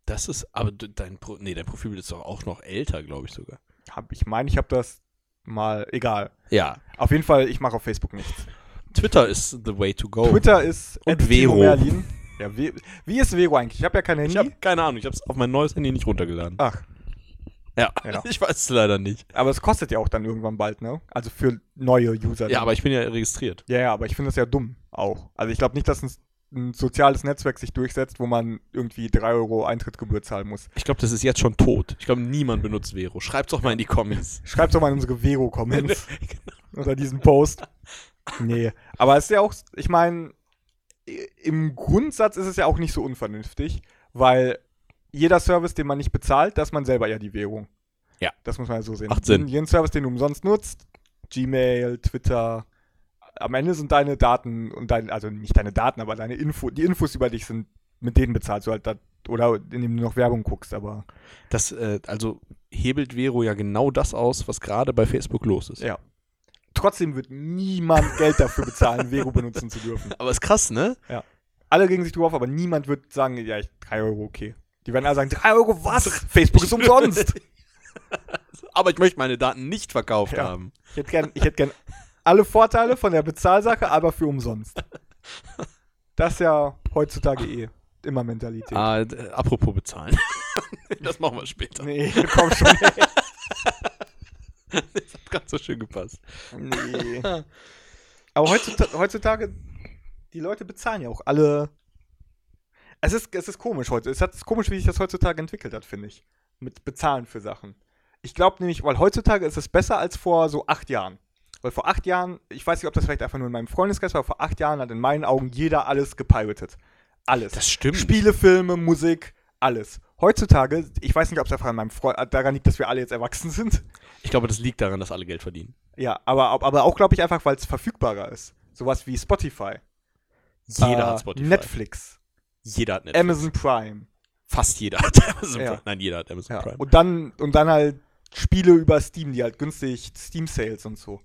S1: Das ist, aber d- dein, Pro nee, dein Profilbild ist doch auch noch älter, glaube ich sogar.
S2: Hab, ich meine, ich habe das mal, egal.
S1: Ja.
S2: Auf jeden Fall, ich mache auf Facebook nichts.
S1: Twitter ist the way to go.
S2: Twitter ist
S1: Oh. Und
S2: at Timo
S1: Vero.
S2: Merlin. Ja, wie, wie ist Vero eigentlich? Ich habe ja kein Handy.
S1: Ich habe keine Ahnung, ich habe es auf mein neues Handy nicht runtergeladen.
S2: Ach,
S1: Ja,
S2: Ja.
S1: ich weiß es leider nicht.
S2: aber es kostet ja auch dann irgendwann bald, ne? Also für neue User.
S1: Ja,
S2: dann.
S1: aber ich bin ja registriert.
S2: Ja, ja, aber ich finde das ja dumm auch. Also ich glaube nicht, dass ein, ein soziales Netzwerk sich durchsetzt, wo man irgendwie 3 Euro Eintrittsgebühr zahlen muss.
S1: Ich glaube, das ist jetzt schon tot. Ich glaube, niemand benutzt Vero. Schreib's doch Genau. mal in die Comments.
S2: Schreibt doch mal in unsere Vero-Comments unter diesem Post. Nee, aber es ist ja auch, ich meine, i- im Grundsatz ist es ja auch nicht so unvernünftig, weil jeder Service, den man nicht bezahlt, das ist man selber ja die Währung.
S1: Ja.
S2: Das muss man ja so sehen.
S1: Macht Sinn.
S2: Jeden- Jeden Service, den du umsonst nutzt, Gmail, Twitter, am Ende sind deine Daten und dein, also nicht deine Daten, aber deine Info, die Infos über dich sind, mit denen bezahlst du halt das, oder indem du noch Werbung guckst, aber
S1: Das, äh, also hebelt Vero ja genau das aus, was gerade bei Facebook los ist.
S2: Ja. trotzdem wird niemand Geld dafür bezahlen, Vero benutzen zu dürfen.
S1: Aber ist krass, ne?
S2: alle regen sich drauf, aber niemand wird sagen, ja, ich, 3 Euro, okay. Die werden alle sagen, 3 Euro, was? Facebook ist umsonst.
S1: Aber ich möchte meine Daten nicht verkauft
S2: Ja.
S1: haben.
S2: Ich hätte gern, ich hätte gern alle Vorteile von der Bezahlsache, aber für umsonst. Das ist ja heutzutage eh immer Mentalität.
S1: Ah, d- äh, apropos bezahlen. das machen wir später.
S2: Nee, komm schon. ey.
S1: Das hat ganz so schön gepasst.
S2: Nee. Aber heutzutage, heutzutage, die Leute bezahlen ja auch alle. Es ist, es ist komisch heute. Es hat- es ist komisch, wie sich das heutzutage entwickelt hat, finde ich. Mit Bezahlen für Sachen. Ich glaube nämlich, weil heutzutage ist es besser als vor so acht Jahren. Weil vor acht Jahren, ich weiß nicht, ob das vielleicht einfach nur in meinem Freundeskreis war, aber vor acht Jahren hat in meinen Augen jeder alles gepiratet. Alles.
S1: Das stimmt.
S2: Spiele, Filme, Musik, alles. Heutzutage, ich weiß nicht, ob es einfach an meinem Freund, daran liegt, dass wir alle jetzt erwachsen sind.
S1: Ich glaube, das liegt daran, dass alle Geld verdienen.
S2: Ja, aber, aber auch, glaube ich, einfach, weil es verfügbarer ist. Sowas wie Spotify.
S1: Jeder
S2: äh,
S1: hat Spotify.
S2: Netflix,
S1: Jeder hat Netflix.
S2: Amazon Prime.
S1: Fast jeder hat Amazon
S2: Ja.
S1: Prime. Nein, jeder hat Amazon
S2: Ja.
S1: Prime.
S2: Und, dann, und dann halt Spiele über Steam, die halt günstig, Steam-Sales und so.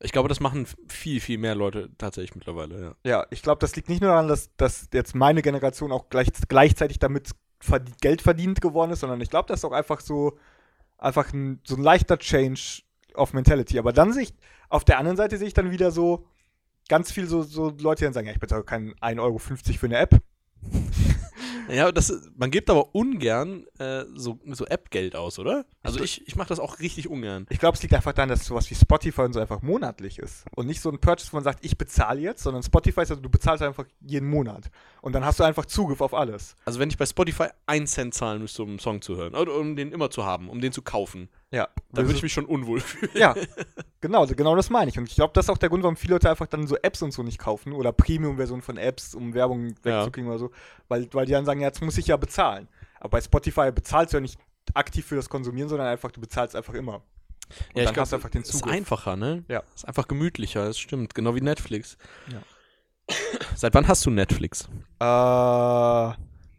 S1: Ich glaube, das machen f- viel, viel mehr Leute tatsächlich mittlerweile. Ja.
S2: Ja, ich glaube, das liegt nicht nur daran, dass, dass jetzt meine Generation auch gleich, gleichzeitig damit verdient, Geld verdient geworden ist, sondern ich glaube, das ist auch einfach so, einfach ein, so ein leichter Change of Mentality. Aber dann sehe ich, auf der anderen Seite sehe ich dann wieder so ganz viel so, so Leute, die dann sagen, ja, ich bezahle keinen 1,50 Euro für eine App.
S1: Ja, das, ist- man gibt aber ungern äh, so, so App-Geld aus, oder? Also ich, ich mache das auch richtig ungern.
S2: Ich glaube, es liegt einfach daran, dass sowas wie Spotify und so einfach monatlich ist. Und nicht so ein Purchase, wo man sagt, ich bezahle jetzt, sondern Spotify ist, also du bezahlst einfach jeden Monat. Und dann hast du einfach Zugriff auf alles.
S1: Also wenn ich bei Spotify einen Cent zahlen müsste, um einen Song zu hören, oder um den immer zu haben, um den zu kaufen,
S2: Ja.
S1: dann würde ich mich schon unwohl fühlen.
S2: ja, genau, genau das meine ich. Und ich glaube, das ist auch der Grund, warum viele Leute einfach dann so Apps und so nicht kaufen oder Premium-Versionen von Apps, um Werbung
S1: Ja.
S2: wegzukriegen oder so, weil, weil die dann sagen, ja, jetzt muss ich ja bezahlen. Aber bei Spotify bezahlst du ja nicht aktiv für das Konsumieren, sondern einfach, du bezahlst einfach immer. Und dann hast du einfach den
S1: Ist
S2: Zugriff.
S1: einfacher, ne?
S2: Ja.
S1: Ist einfach gemütlicher, das stimmt. Genau wie Netflix.
S2: Ja.
S1: Seit wann hast du Netflix?
S2: Äh,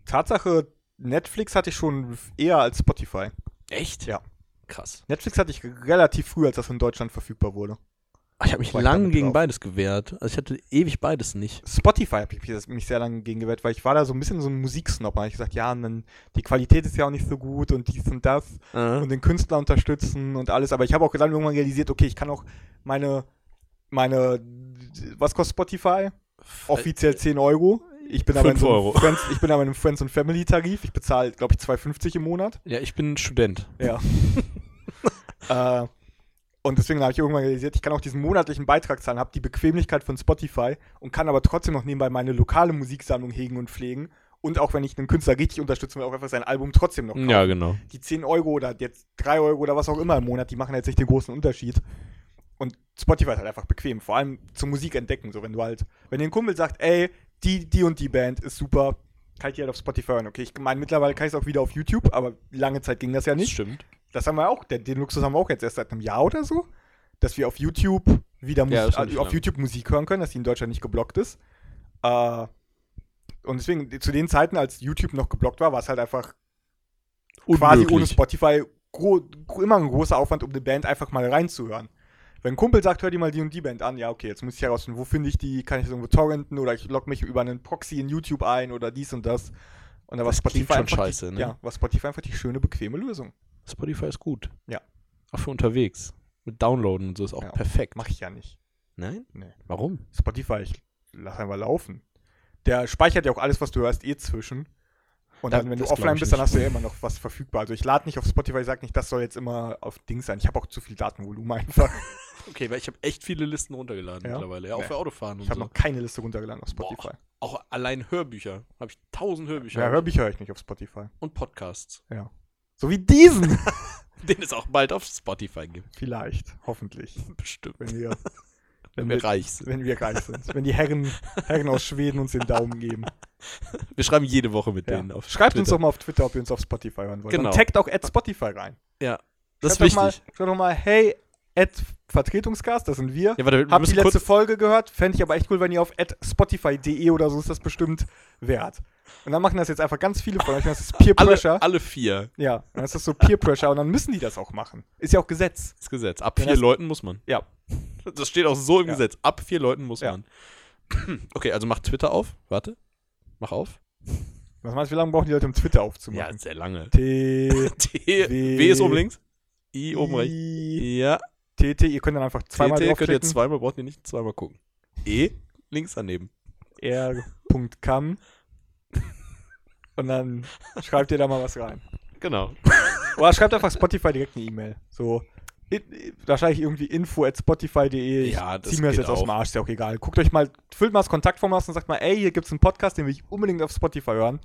S2: Tatsache, Netflix hatte ich schon eher als Spotify.
S1: Echt?
S2: Ja.
S1: Krass.
S2: Netflix hatte ich relativ früh, als das in Deutschland verfügbar wurde.
S1: Ach, ich habe mich
S2: War ich
S1: lange
S2: damit
S1: gegen
S2: drauf.
S1: beides gewehrt. Also ich hatte ewig beides nicht.
S2: Spotify habe ich mich sehr lange gegen gewehrt, weil ich war da so ein bisschen so ein Musiksnob. Da habe ich gesagt, ja, und dann, die Qualität ist ja auch nicht so gut und dies und das
S1: Ah.
S2: und den Künstler unterstützen und alles. Aber ich habe auch dann irgendwann realisiert, okay, ich kann auch meine, meine, was kostet Spotify? Offiziell 10 Euro. Ich bin, aber
S1: Äh,
S2: in
S1: Fünf
S2: so einem
S1: Euro.
S2: Friends, ich bin aber in einem Friends und Family Tarif. Ich bezahle, glaube ich, 2,50 im Monat.
S1: Ja, ich bin Student.
S2: Ja. äh, und deswegen habe ich irgendwann realisiert, ich kann auch diesen monatlichen Beitrag zahlen, habe die Bequemlichkeit von Spotify und kann aber trotzdem noch nebenbei meine lokale Musiksammlung hegen und pflegen. Und auch wenn ich einen Künstler richtig unterstütze, will auch einfach sein Album trotzdem noch kaufen.
S1: Ja, genau.
S2: Die 10 Euro oder jetzt 3 Euro oder was auch immer im Monat, die machen jetzt nicht den großen Unterschied. Und Spotify ist halt einfach bequem, vor allem zur Musik entdecken. So, wenn du halt, wenn dir ein Kumpel sagt, ey, die, die und die Band ist super, kann ich die halt auf Spotify hören. Okay, ich meine, mittlerweile kann ich es auch wieder auf YouTube, aber lange Zeit ging das ja
S1: Das
S2: nicht.
S1: stimmt.
S2: Das haben wir auch, den, den Luxus haben wir auch jetzt erst seit einem Jahr oder so, dass wir auf YouTube wieder
S1: Ja,
S2: Musik,
S1: das
S2: also
S1: ist noch nicht
S2: auf
S1: lange.
S2: YouTube Musik hören können, dass die in Deutschland nicht geblockt ist. Äh, und deswegen, zu den Zeiten, als YouTube noch geblockt war, war es halt einfach quasi ohne Spotify gro gro immer ein großer Aufwand, um eine Band einfach mal reinzuhören. Wenn ein Kumpel sagt, hör dir mal die und die Band an, ja, okay, jetzt muss ich herausfinden, wo finde ich die, kann ich das irgendwo torrenten oder ich logge mich über einen Proxy in YouTube ein oder dies und das. Und dann war
S1: Das klingt schon
S2: einfach
S1: scheiße,
S2: die,
S1: ne?
S2: Ja, war Spotify einfach die schöne, bequeme Lösung.
S1: Spotify ist gut.
S2: Ja.
S1: Auch für unterwegs. Mit Downloaden und so ist auch
S2: Ja.
S1: perfekt.
S2: Mach ich ja nicht.
S1: Nein?
S2: Nee.
S1: Warum?
S2: Spotify, ich lass einfach laufen. Der speichert ja auch alles, was du hörst, eh zwischen. Und
S1: Da-
S2: dann, wenn du
S1: das glaub
S2: offline
S1: ich
S2: bist, dann
S1: nicht.
S2: hast du ja immer noch was verfügbar. Also ich lade nicht auf Spotify, sag nicht, das soll jetzt immer auf Dings sein. Ich habe auch zu viel Datenvolumen einfach.
S1: Okay, weil ich habe echt viele Listen runtergeladen
S2: Ja?
S1: mittlerweile. Ja, auch
S2: Nee.
S1: für Autofahren
S2: Ich
S1: und
S2: habe
S1: so.
S2: noch keine Liste runtergeladen auf Spotify.
S1: Auch allein Hörbücher. Habe ich tausend Hörbücher.
S2: Ja, Hörbücher höre ich nicht auf Spotify.
S1: Und Podcasts.
S2: So wie diesen.
S1: Den es auch bald auf Spotify gibt.
S2: Vielleicht, hoffentlich,
S1: Bestimmt.
S2: wenn wir,
S1: Wenn
S2: wenn
S1: wir
S2: wir,
S1: reich sind.
S2: wenn wir reich sind. Wenn die Herren, Herren aus Schweden uns den Daumen geben.
S1: Wir schreiben jede Woche mit
S2: Ja.
S1: denen auf.
S2: Schreibt
S1: Twitter.
S2: uns doch mal auf Twitter, ob ihr uns auf Spotify hören wollt.
S1: Genau.
S2: Und taggt auch at Spotify rein.
S1: Das ist
S2: schreibt
S1: wichtig.
S2: Doch mal, schreibt doch mal, hey, at Vertretungscast, das sind wir.
S1: ja, warte, wir
S2: Habt die
S1: müssen
S2: letzte
S1: kurz.
S2: Folge gehört? Fände ich aber echt cool, wenn ihr auf at spotify.de oder so ist das bestimmt wert. Und dann machen das jetzt einfach ganz viele von euch. Das ist Peer Pressure.
S1: Alle, alle vier.
S2: Ja, dann ist das so Peer Pressure und dann müssen die das auch machen. Ist ja auch Gesetz.
S1: Das Gesetz. Ab
S2: Wenn
S1: vier
S2: das-
S1: Leuten muss man.
S2: Ja.
S1: Das steht auch so im
S2: Ja.
S1: Gesetz. Ab vier Leuten muss
S2: Ja.
S1: man. Okay, also mach Twitter auf. Warte. Mach auf.
S2: Was meinst du, wie lange brauchen die Leute, um Twitter aufzumachen?
S1: sehr lange.
S2: T,
S1: T,
S2: W-
S1: W ist oben links. I oben rechts.
S2: I,
S1: Ja.
S2: T, T, ihr könnt dann einfach zweimal
S1: TT könnt ihr
S2: draufklicken.
S1: zweimal, braucht ihr nicht zweimal gucken. E links daneben.
S2: R.com und dann schreibt ihr da mal was rein.
S1: Genau.
S2: Oder schreibt einfach Spotify direkt eine E-Mail. So, i- i- wahrscheinlich irgendwie info at spotify.de.
S1: Ja, das
S2: Zieh mir das
S1: geht
S2: jetzt aus dem
S1: auch.
S2: Arsch, ist ja auch egal. Guckt euch mal, füllt mal das Kontaktformular aus und sagt mal, ey, hier gibt's einen Podcast, den will ich unbedingt auf Spotify hören.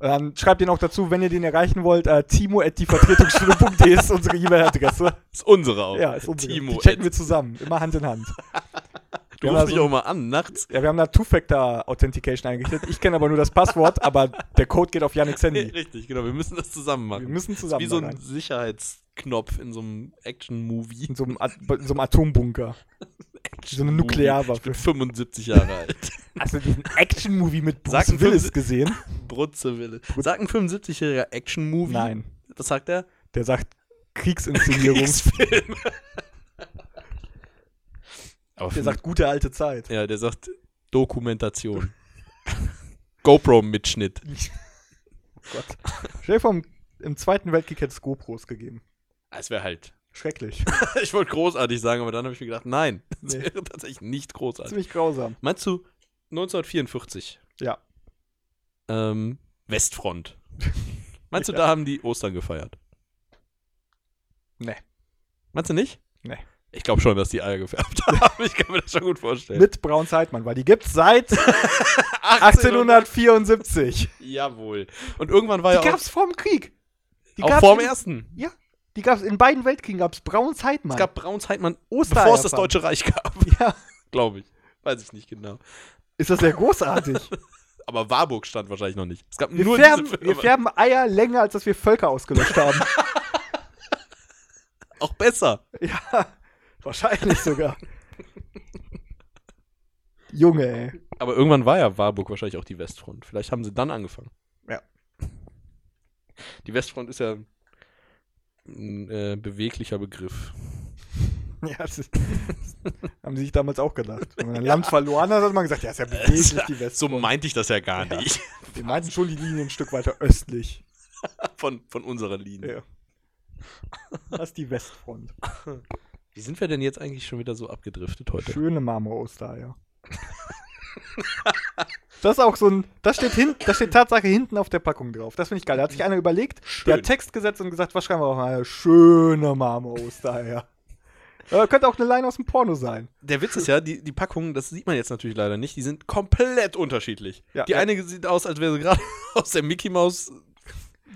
S2: Und dann schreibt den auch dazu, wenn ihr den erreichen wollt, äh, timo at dievertretungsschule.de ist unsere E-Mail-Adresse.
S1: Ist unsere auch.
S2: Ja, ist unsere.
S1: Oh, Timo.
S2: Die checken wir zusammen, immer Hand in Hand.
S1: du
S2: Ja,
S1: rufst
S2: so-
S1: mich auch mal an, nachts.
S2: Ja, wir haben da Two-Factor-Authentication eingerichtet. Ich kenne aber nur das Passwort, aber der Code geht auf Yannick's
S1: Nee,
S2: Handy.
S1: richtig, genau. Wir müssen das zusammen
S2: Hm. Wir
S1: machen.
S2: müssen
S1: Das ist
S2: zusammen
S1: wie so
S2: da
S1: ein
S2: rein.
S1: Sicherheitsknopf in so einem Action-Movie.
S2: in, so einem At- in so einem Atombunker. So eine
S1: Ich bin
S2: Nuklearwaffe.
S1: 75 Jahre alt.
S2: Hast du diesen Action-Movie mit Bruce
S1: Sagen
S2: Willis
S1: fünf-
S2: gesehen?
S1: Brutzewille. Sagt ein 75-jähriger Action-Movie?
S2: Nein.
S1: Was sagt er?
S2: Der sagt Kriegsinszenierung.
S1: Kriegsfilm. Aber
S2: Der sagt gute alte Zeit.
S1: ja, der sagt Dokumentation. GoPro-Mitschnitt.
S2: Oh Gott. Stell dir vor, im, im Zweiten Weltkrieg hätte es GoPros gegeben.
S1: Es wäre halt.
S2: Schrecklich.
S1: Ich wollte großartig sagen, aber dann habe ich mir gedacht, nein, das
S2: Nee.
S1: wäre tatsächlich nicht großartig.
S2: Ziemlich grausam.
S1: Meinst du 1944?
S2: Ja.
S1: Ähm, Westfront. Meinst du,
S2: Ja.
S1: da haben die Ostern gefeiert?
S2: Nee.
S1: Meinst du nicht?
S2: Nee.
S1: Ich glaube schon, dass die Eier gefärbt haben. Ich kann mir das schon gut vorstellen.
S2: Mit Braun Zeitmann, weil die gibt's seit 1874.
S1: Jawohl. Und irgendwann war
S2: Die
S1: ja auch,
S2: gab's vorm Krieg. Die
S1: auch
S2: gab's
S1: vor dem
S2: in-
S1: ersten.
S2: Die gab's in beiden Weltkriegen gab's Braun Zeitmann.
S1: Es gab Braunzeitmann,
S2: Ostereier
S1: bevor es das
S2: fahren.
S1: Deutsche Reich gab,
S2: Ja.
S1: glaube ich. Weiß ich nicht genau.
S2: Ist das ja großartig.
S1: Aber Warburg stand wahrscheinlich noch nicht. Es gab
S2: Wir,
S1: nur
S2: färben,
S1: diese
S2: wir
S1: Firma.
S2: färben Eier länger, als dass wir Völker ausgelöscht haben.
S1: Auch besser.
S2: ja, wahrscheinlich sogar. Junge, ey.
S1: Aber irgendwann war ja Warburg wahrscheinlich auch die Westfront. Vielleicht haben sie dann angefangen.
S2: Ja.
S1: Die Westfront ist ja ein äh, beweglicher Begriff.
S2: Ja, das ist, haben sie sich damals auch gedacht. Wenn man ein Land verloren hat, hat man gesagt, ja, ist ja beweglich die
S1: So
S2: Westfront.
S1: meinte ich das ja gar nicht.
S2: Die meinten schon die Linie ein Stück weiter östlich.
S1: Von, von unserer Linie.
S2: Ja. Das ist die Westfront.
S1: Wie sind wir denn jetzt eigentlich schon wieder so abgedriftet heute?
S2: Schöne Marmor-Ostereier. Das ist auch so ein. Das steht, hin, das steht Tatsache hinten auf der Packung drauf. Das finde ich geil. Da hat sich einer überlegt, der
S1: Schön.
S2: hat Text gesetzt und gesagt, was schreiben wir auf mal? Schöne Marmor-Ostereier. Äh, könnte auch eine Line aus dem Porno sein.
S1: Der Witz ist ja, die, die Packungen, das sieht man jetzt natürlich leider nicht, die sind komplett unterschiedlich.
S2: Ja.
S1: die
S2: Ja.
S1: eine sieht aus, als wäre sie gerade aus der Mickey Maus.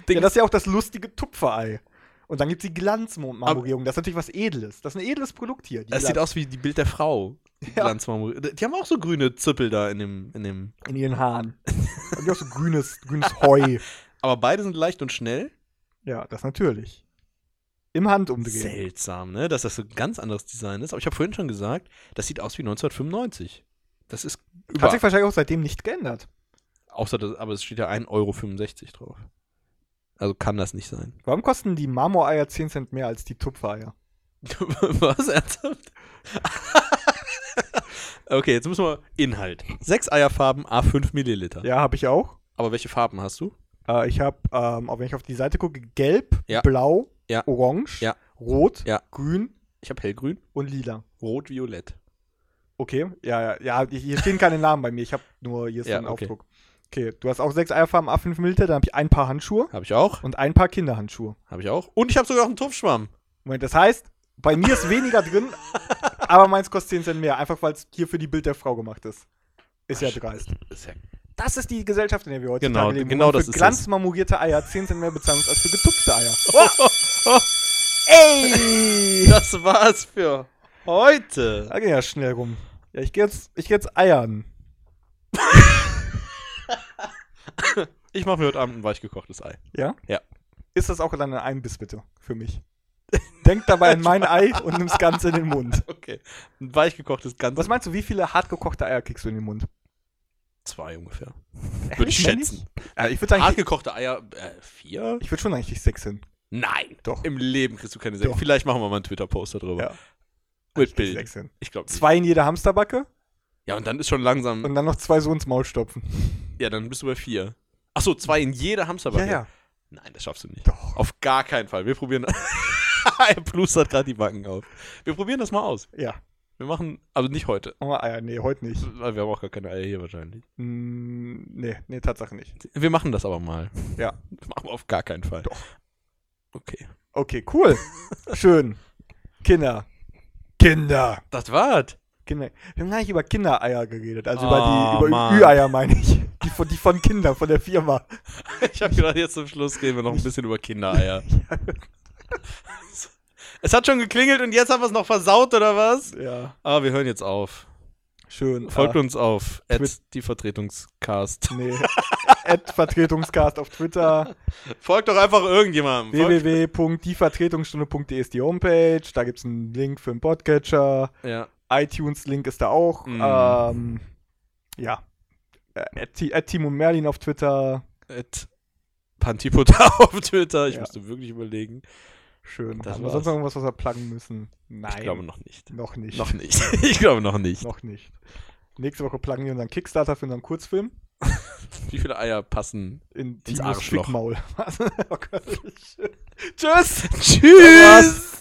S1: Ding.
S2: Ja, das ist ja auch das lustige Tupferei. Und dann gibt es die Glanzmarmorierung. Das ist natürlich was Edles. Das ist ein edles Produkt hier. Die
S1: Das sieht aus wie die Bild der Frau. Die,
S2: Ja.
S1: Glanzmarmor- die haben auch so grüne Zippel da in dem, in dem.
S2: in ihren Haaren. Und die auch so grünes, grünes Heu.
S1: Aber beide sind leicht und schnell.
S2: Ja, das natürlich. Im Handumdrehen.
S1: Seltsam, ne? Dass das so ein ganz anderes Design ist. Aber ich habe vorhin schon gesagt, das sieht aus wie 1995. Das ist
S2: Hat
S1: über,
S2: sich wahrscheinlich auch seitdem nicht geändert.
S1: außer das, aber es steht ja 1,65 Euro drauf. Also kann das nicht sein.
S2: Warum kosten die Marmoreier 10 Cent mehr als die Tupfereier?
S1: Was? Ernsthaft? okay, jetzt müssen wir Inhalt. Sechs Eierfarben, A5 Milliliter.
S2: Ja, habe ich auch.
S1: Aber welche Farben hast du?
S2: Äh, ich habe, ähm, auch wenn ich auf die Seite gucke, gelb,
S1: Ja.
S2: blau,
S1: Ja.
S2: orange,
S1: Ja.
S2: rot,
S1: Ja.
S2: grün
S1: Ich habe hellgrün,
S2: und lila.
S1: rot, violett.
S2: Okay, ja, ja, ja, hier stehen keine Namen bei mir, ich habe nur hier so
S1: Ja,
S2: einen
S1: okay.
S2: Aufdruck. Okay, du hast auch sechs Eierfarben A5 Milliliter, dann habe ich ein paar Handschuhe
S1: Habe ich auch.
S2: und ein paar Kinderhandschuhe.
S1: Habe ich auch. Und ich habe sogar noch einen Tupfschwamm.
S2: Moment, das heißt, bei mir ist weniger drin, aber meins kostet 10 Cent mehr, einfach weil es hier für die Bild der Frau gemacht ist. Ist ja dreist.
S1: Ist ja
S2: Das ist die Gesellschaft, in der wir heute
S1: Genau,
S2: leben. wo
S1: genau
S2: man für
S1: das ist es.
S2: glanzmarmorierte Eier 10 Cent mehr bezahlen muss als für getupfte Eier. Ey!
S1: Das war's für heute.
S2: Da ging ja schnell rum. Ja, ich gehe jetzt, ich geh jetzt Eiern.
S1: Ich mache mir heute Abend ein weich gekochtes Ei.
S2: Ja?
S1: Ja.
S2: Ist das auch dann ein Einbiss, bitte, für mich? Denk dabei an mein Ei und nimm's ganz in den Mund.
S1: Okay. Ein weich gekochtes ganzes
S2: Was meinst du, wie viele hart gekochte Eier kriegst du in den Mund?
S1: Zwei ungefähr. Würde
S2: Ehrlich,
S1: ich schätzen.
S2: Ja, ich würde sagen,
S1: Hart
S2: ich,
S1: gekochte Eier, äh, vier?
S2: ich würde schon eigentlich sechs hin.
S1: Nein.
S2: Doch.
S1: Im Leben kriegst du keine sechs.
S2: Doch.
S1: Vielleicht machen wir mal einen Twitter-Post darüber.
S2: Ja.
S1: Mit
S2: Ich krieg
S1: Bild.
S2: sechs hin.
S1: Ich glaube
S2: Zwei in jeder Hamsterbacke
S1: Ja, und dann ist schon langsam.
S2: und dann noch zwei so ins Maul stopfen.
S1: ja, dann bist du bei vier. Achso, zwei in jeder Hamsterbacke. Nein, das schaffst du nicht.
S2: Doch.
S1: Auf gar keinen Fall. Wir probieren. er plustert gerade die Backen auf. Wir probieren das mal aus.
S2: Ja.
S1: Wir machen, also nicht heute.
S2: Oh, Eier, nee, heute nicht.
S1: Weil wir haben auch gar keine Eier hier wahrscheinlich.
S2: Mm, nee, nee, Tatsache nicht.
S1: Wir machen das aber mal.
S2: Ja.
S1: Das machen wir auf gar keinen Fall.
S2: Doch.
S1: Okay.
S2: Okay, cool. Schön. Kinder. Kinder.
S1: Das war's.
S2: Kinder. Wir haben gar nicht über Kindereier geredet. Also
S1: Oh,
S2: über die über
S1: Mann.
S2: Ü-Eier meine ich. Die von, die von Kindern, von der Firma.
S1: Ich habe gedacht, jetzt zum Schluss reden wir noch ein bisschen über Kindereier. es hat schon geklingelt und jetzt haben wir es noch versaut, oder was?
S2: Ja.
S1: Aber wir hören jetzt auf.
S2: Schön.
S1: Folgt
S2: ah,
S1: uns auf.
S2: Twit-
S1: At die Vertretungscast.
S2: Nee. Ad Vertretungscast auf Twitter.
S1: Folgt doch einfach irgendjemandem. Folgt,
S2: www.dievertretungsstunde.de ist die Homepage. Da gibt es einen Link für den Podcatcher.
S1: ja.
S2: iTunes-Link ist da auch.
S1: Mhm.
S2: Ähm, ja. Äh, at Ti- at Timo Merlin auf Twitter.
S1: At Pantipoda auf Twitter. Ich
S2: Ja.
S1: musste wirklich überlegen.
S2: Schön.
S1: Das
S2: Haben wir sonst
S1: war's.
S2: noch irgendwas, was wir pluggen müssen? Nein.
S1: Ich glaube noch nicht.
S2: noch nicht.
S1: Noch nicht. Ich glaube noch nicht.
S2: Noch nicht. Nächste Woche pluggen wir unseren Kickstarter für unseren Kurzfilm
S1: Wie viele Eier passen? Ins
S2: in Timos
S1: Arschloch.
S2: Fickmaul. oh Gott.
S1: Tschüss. Tschüss.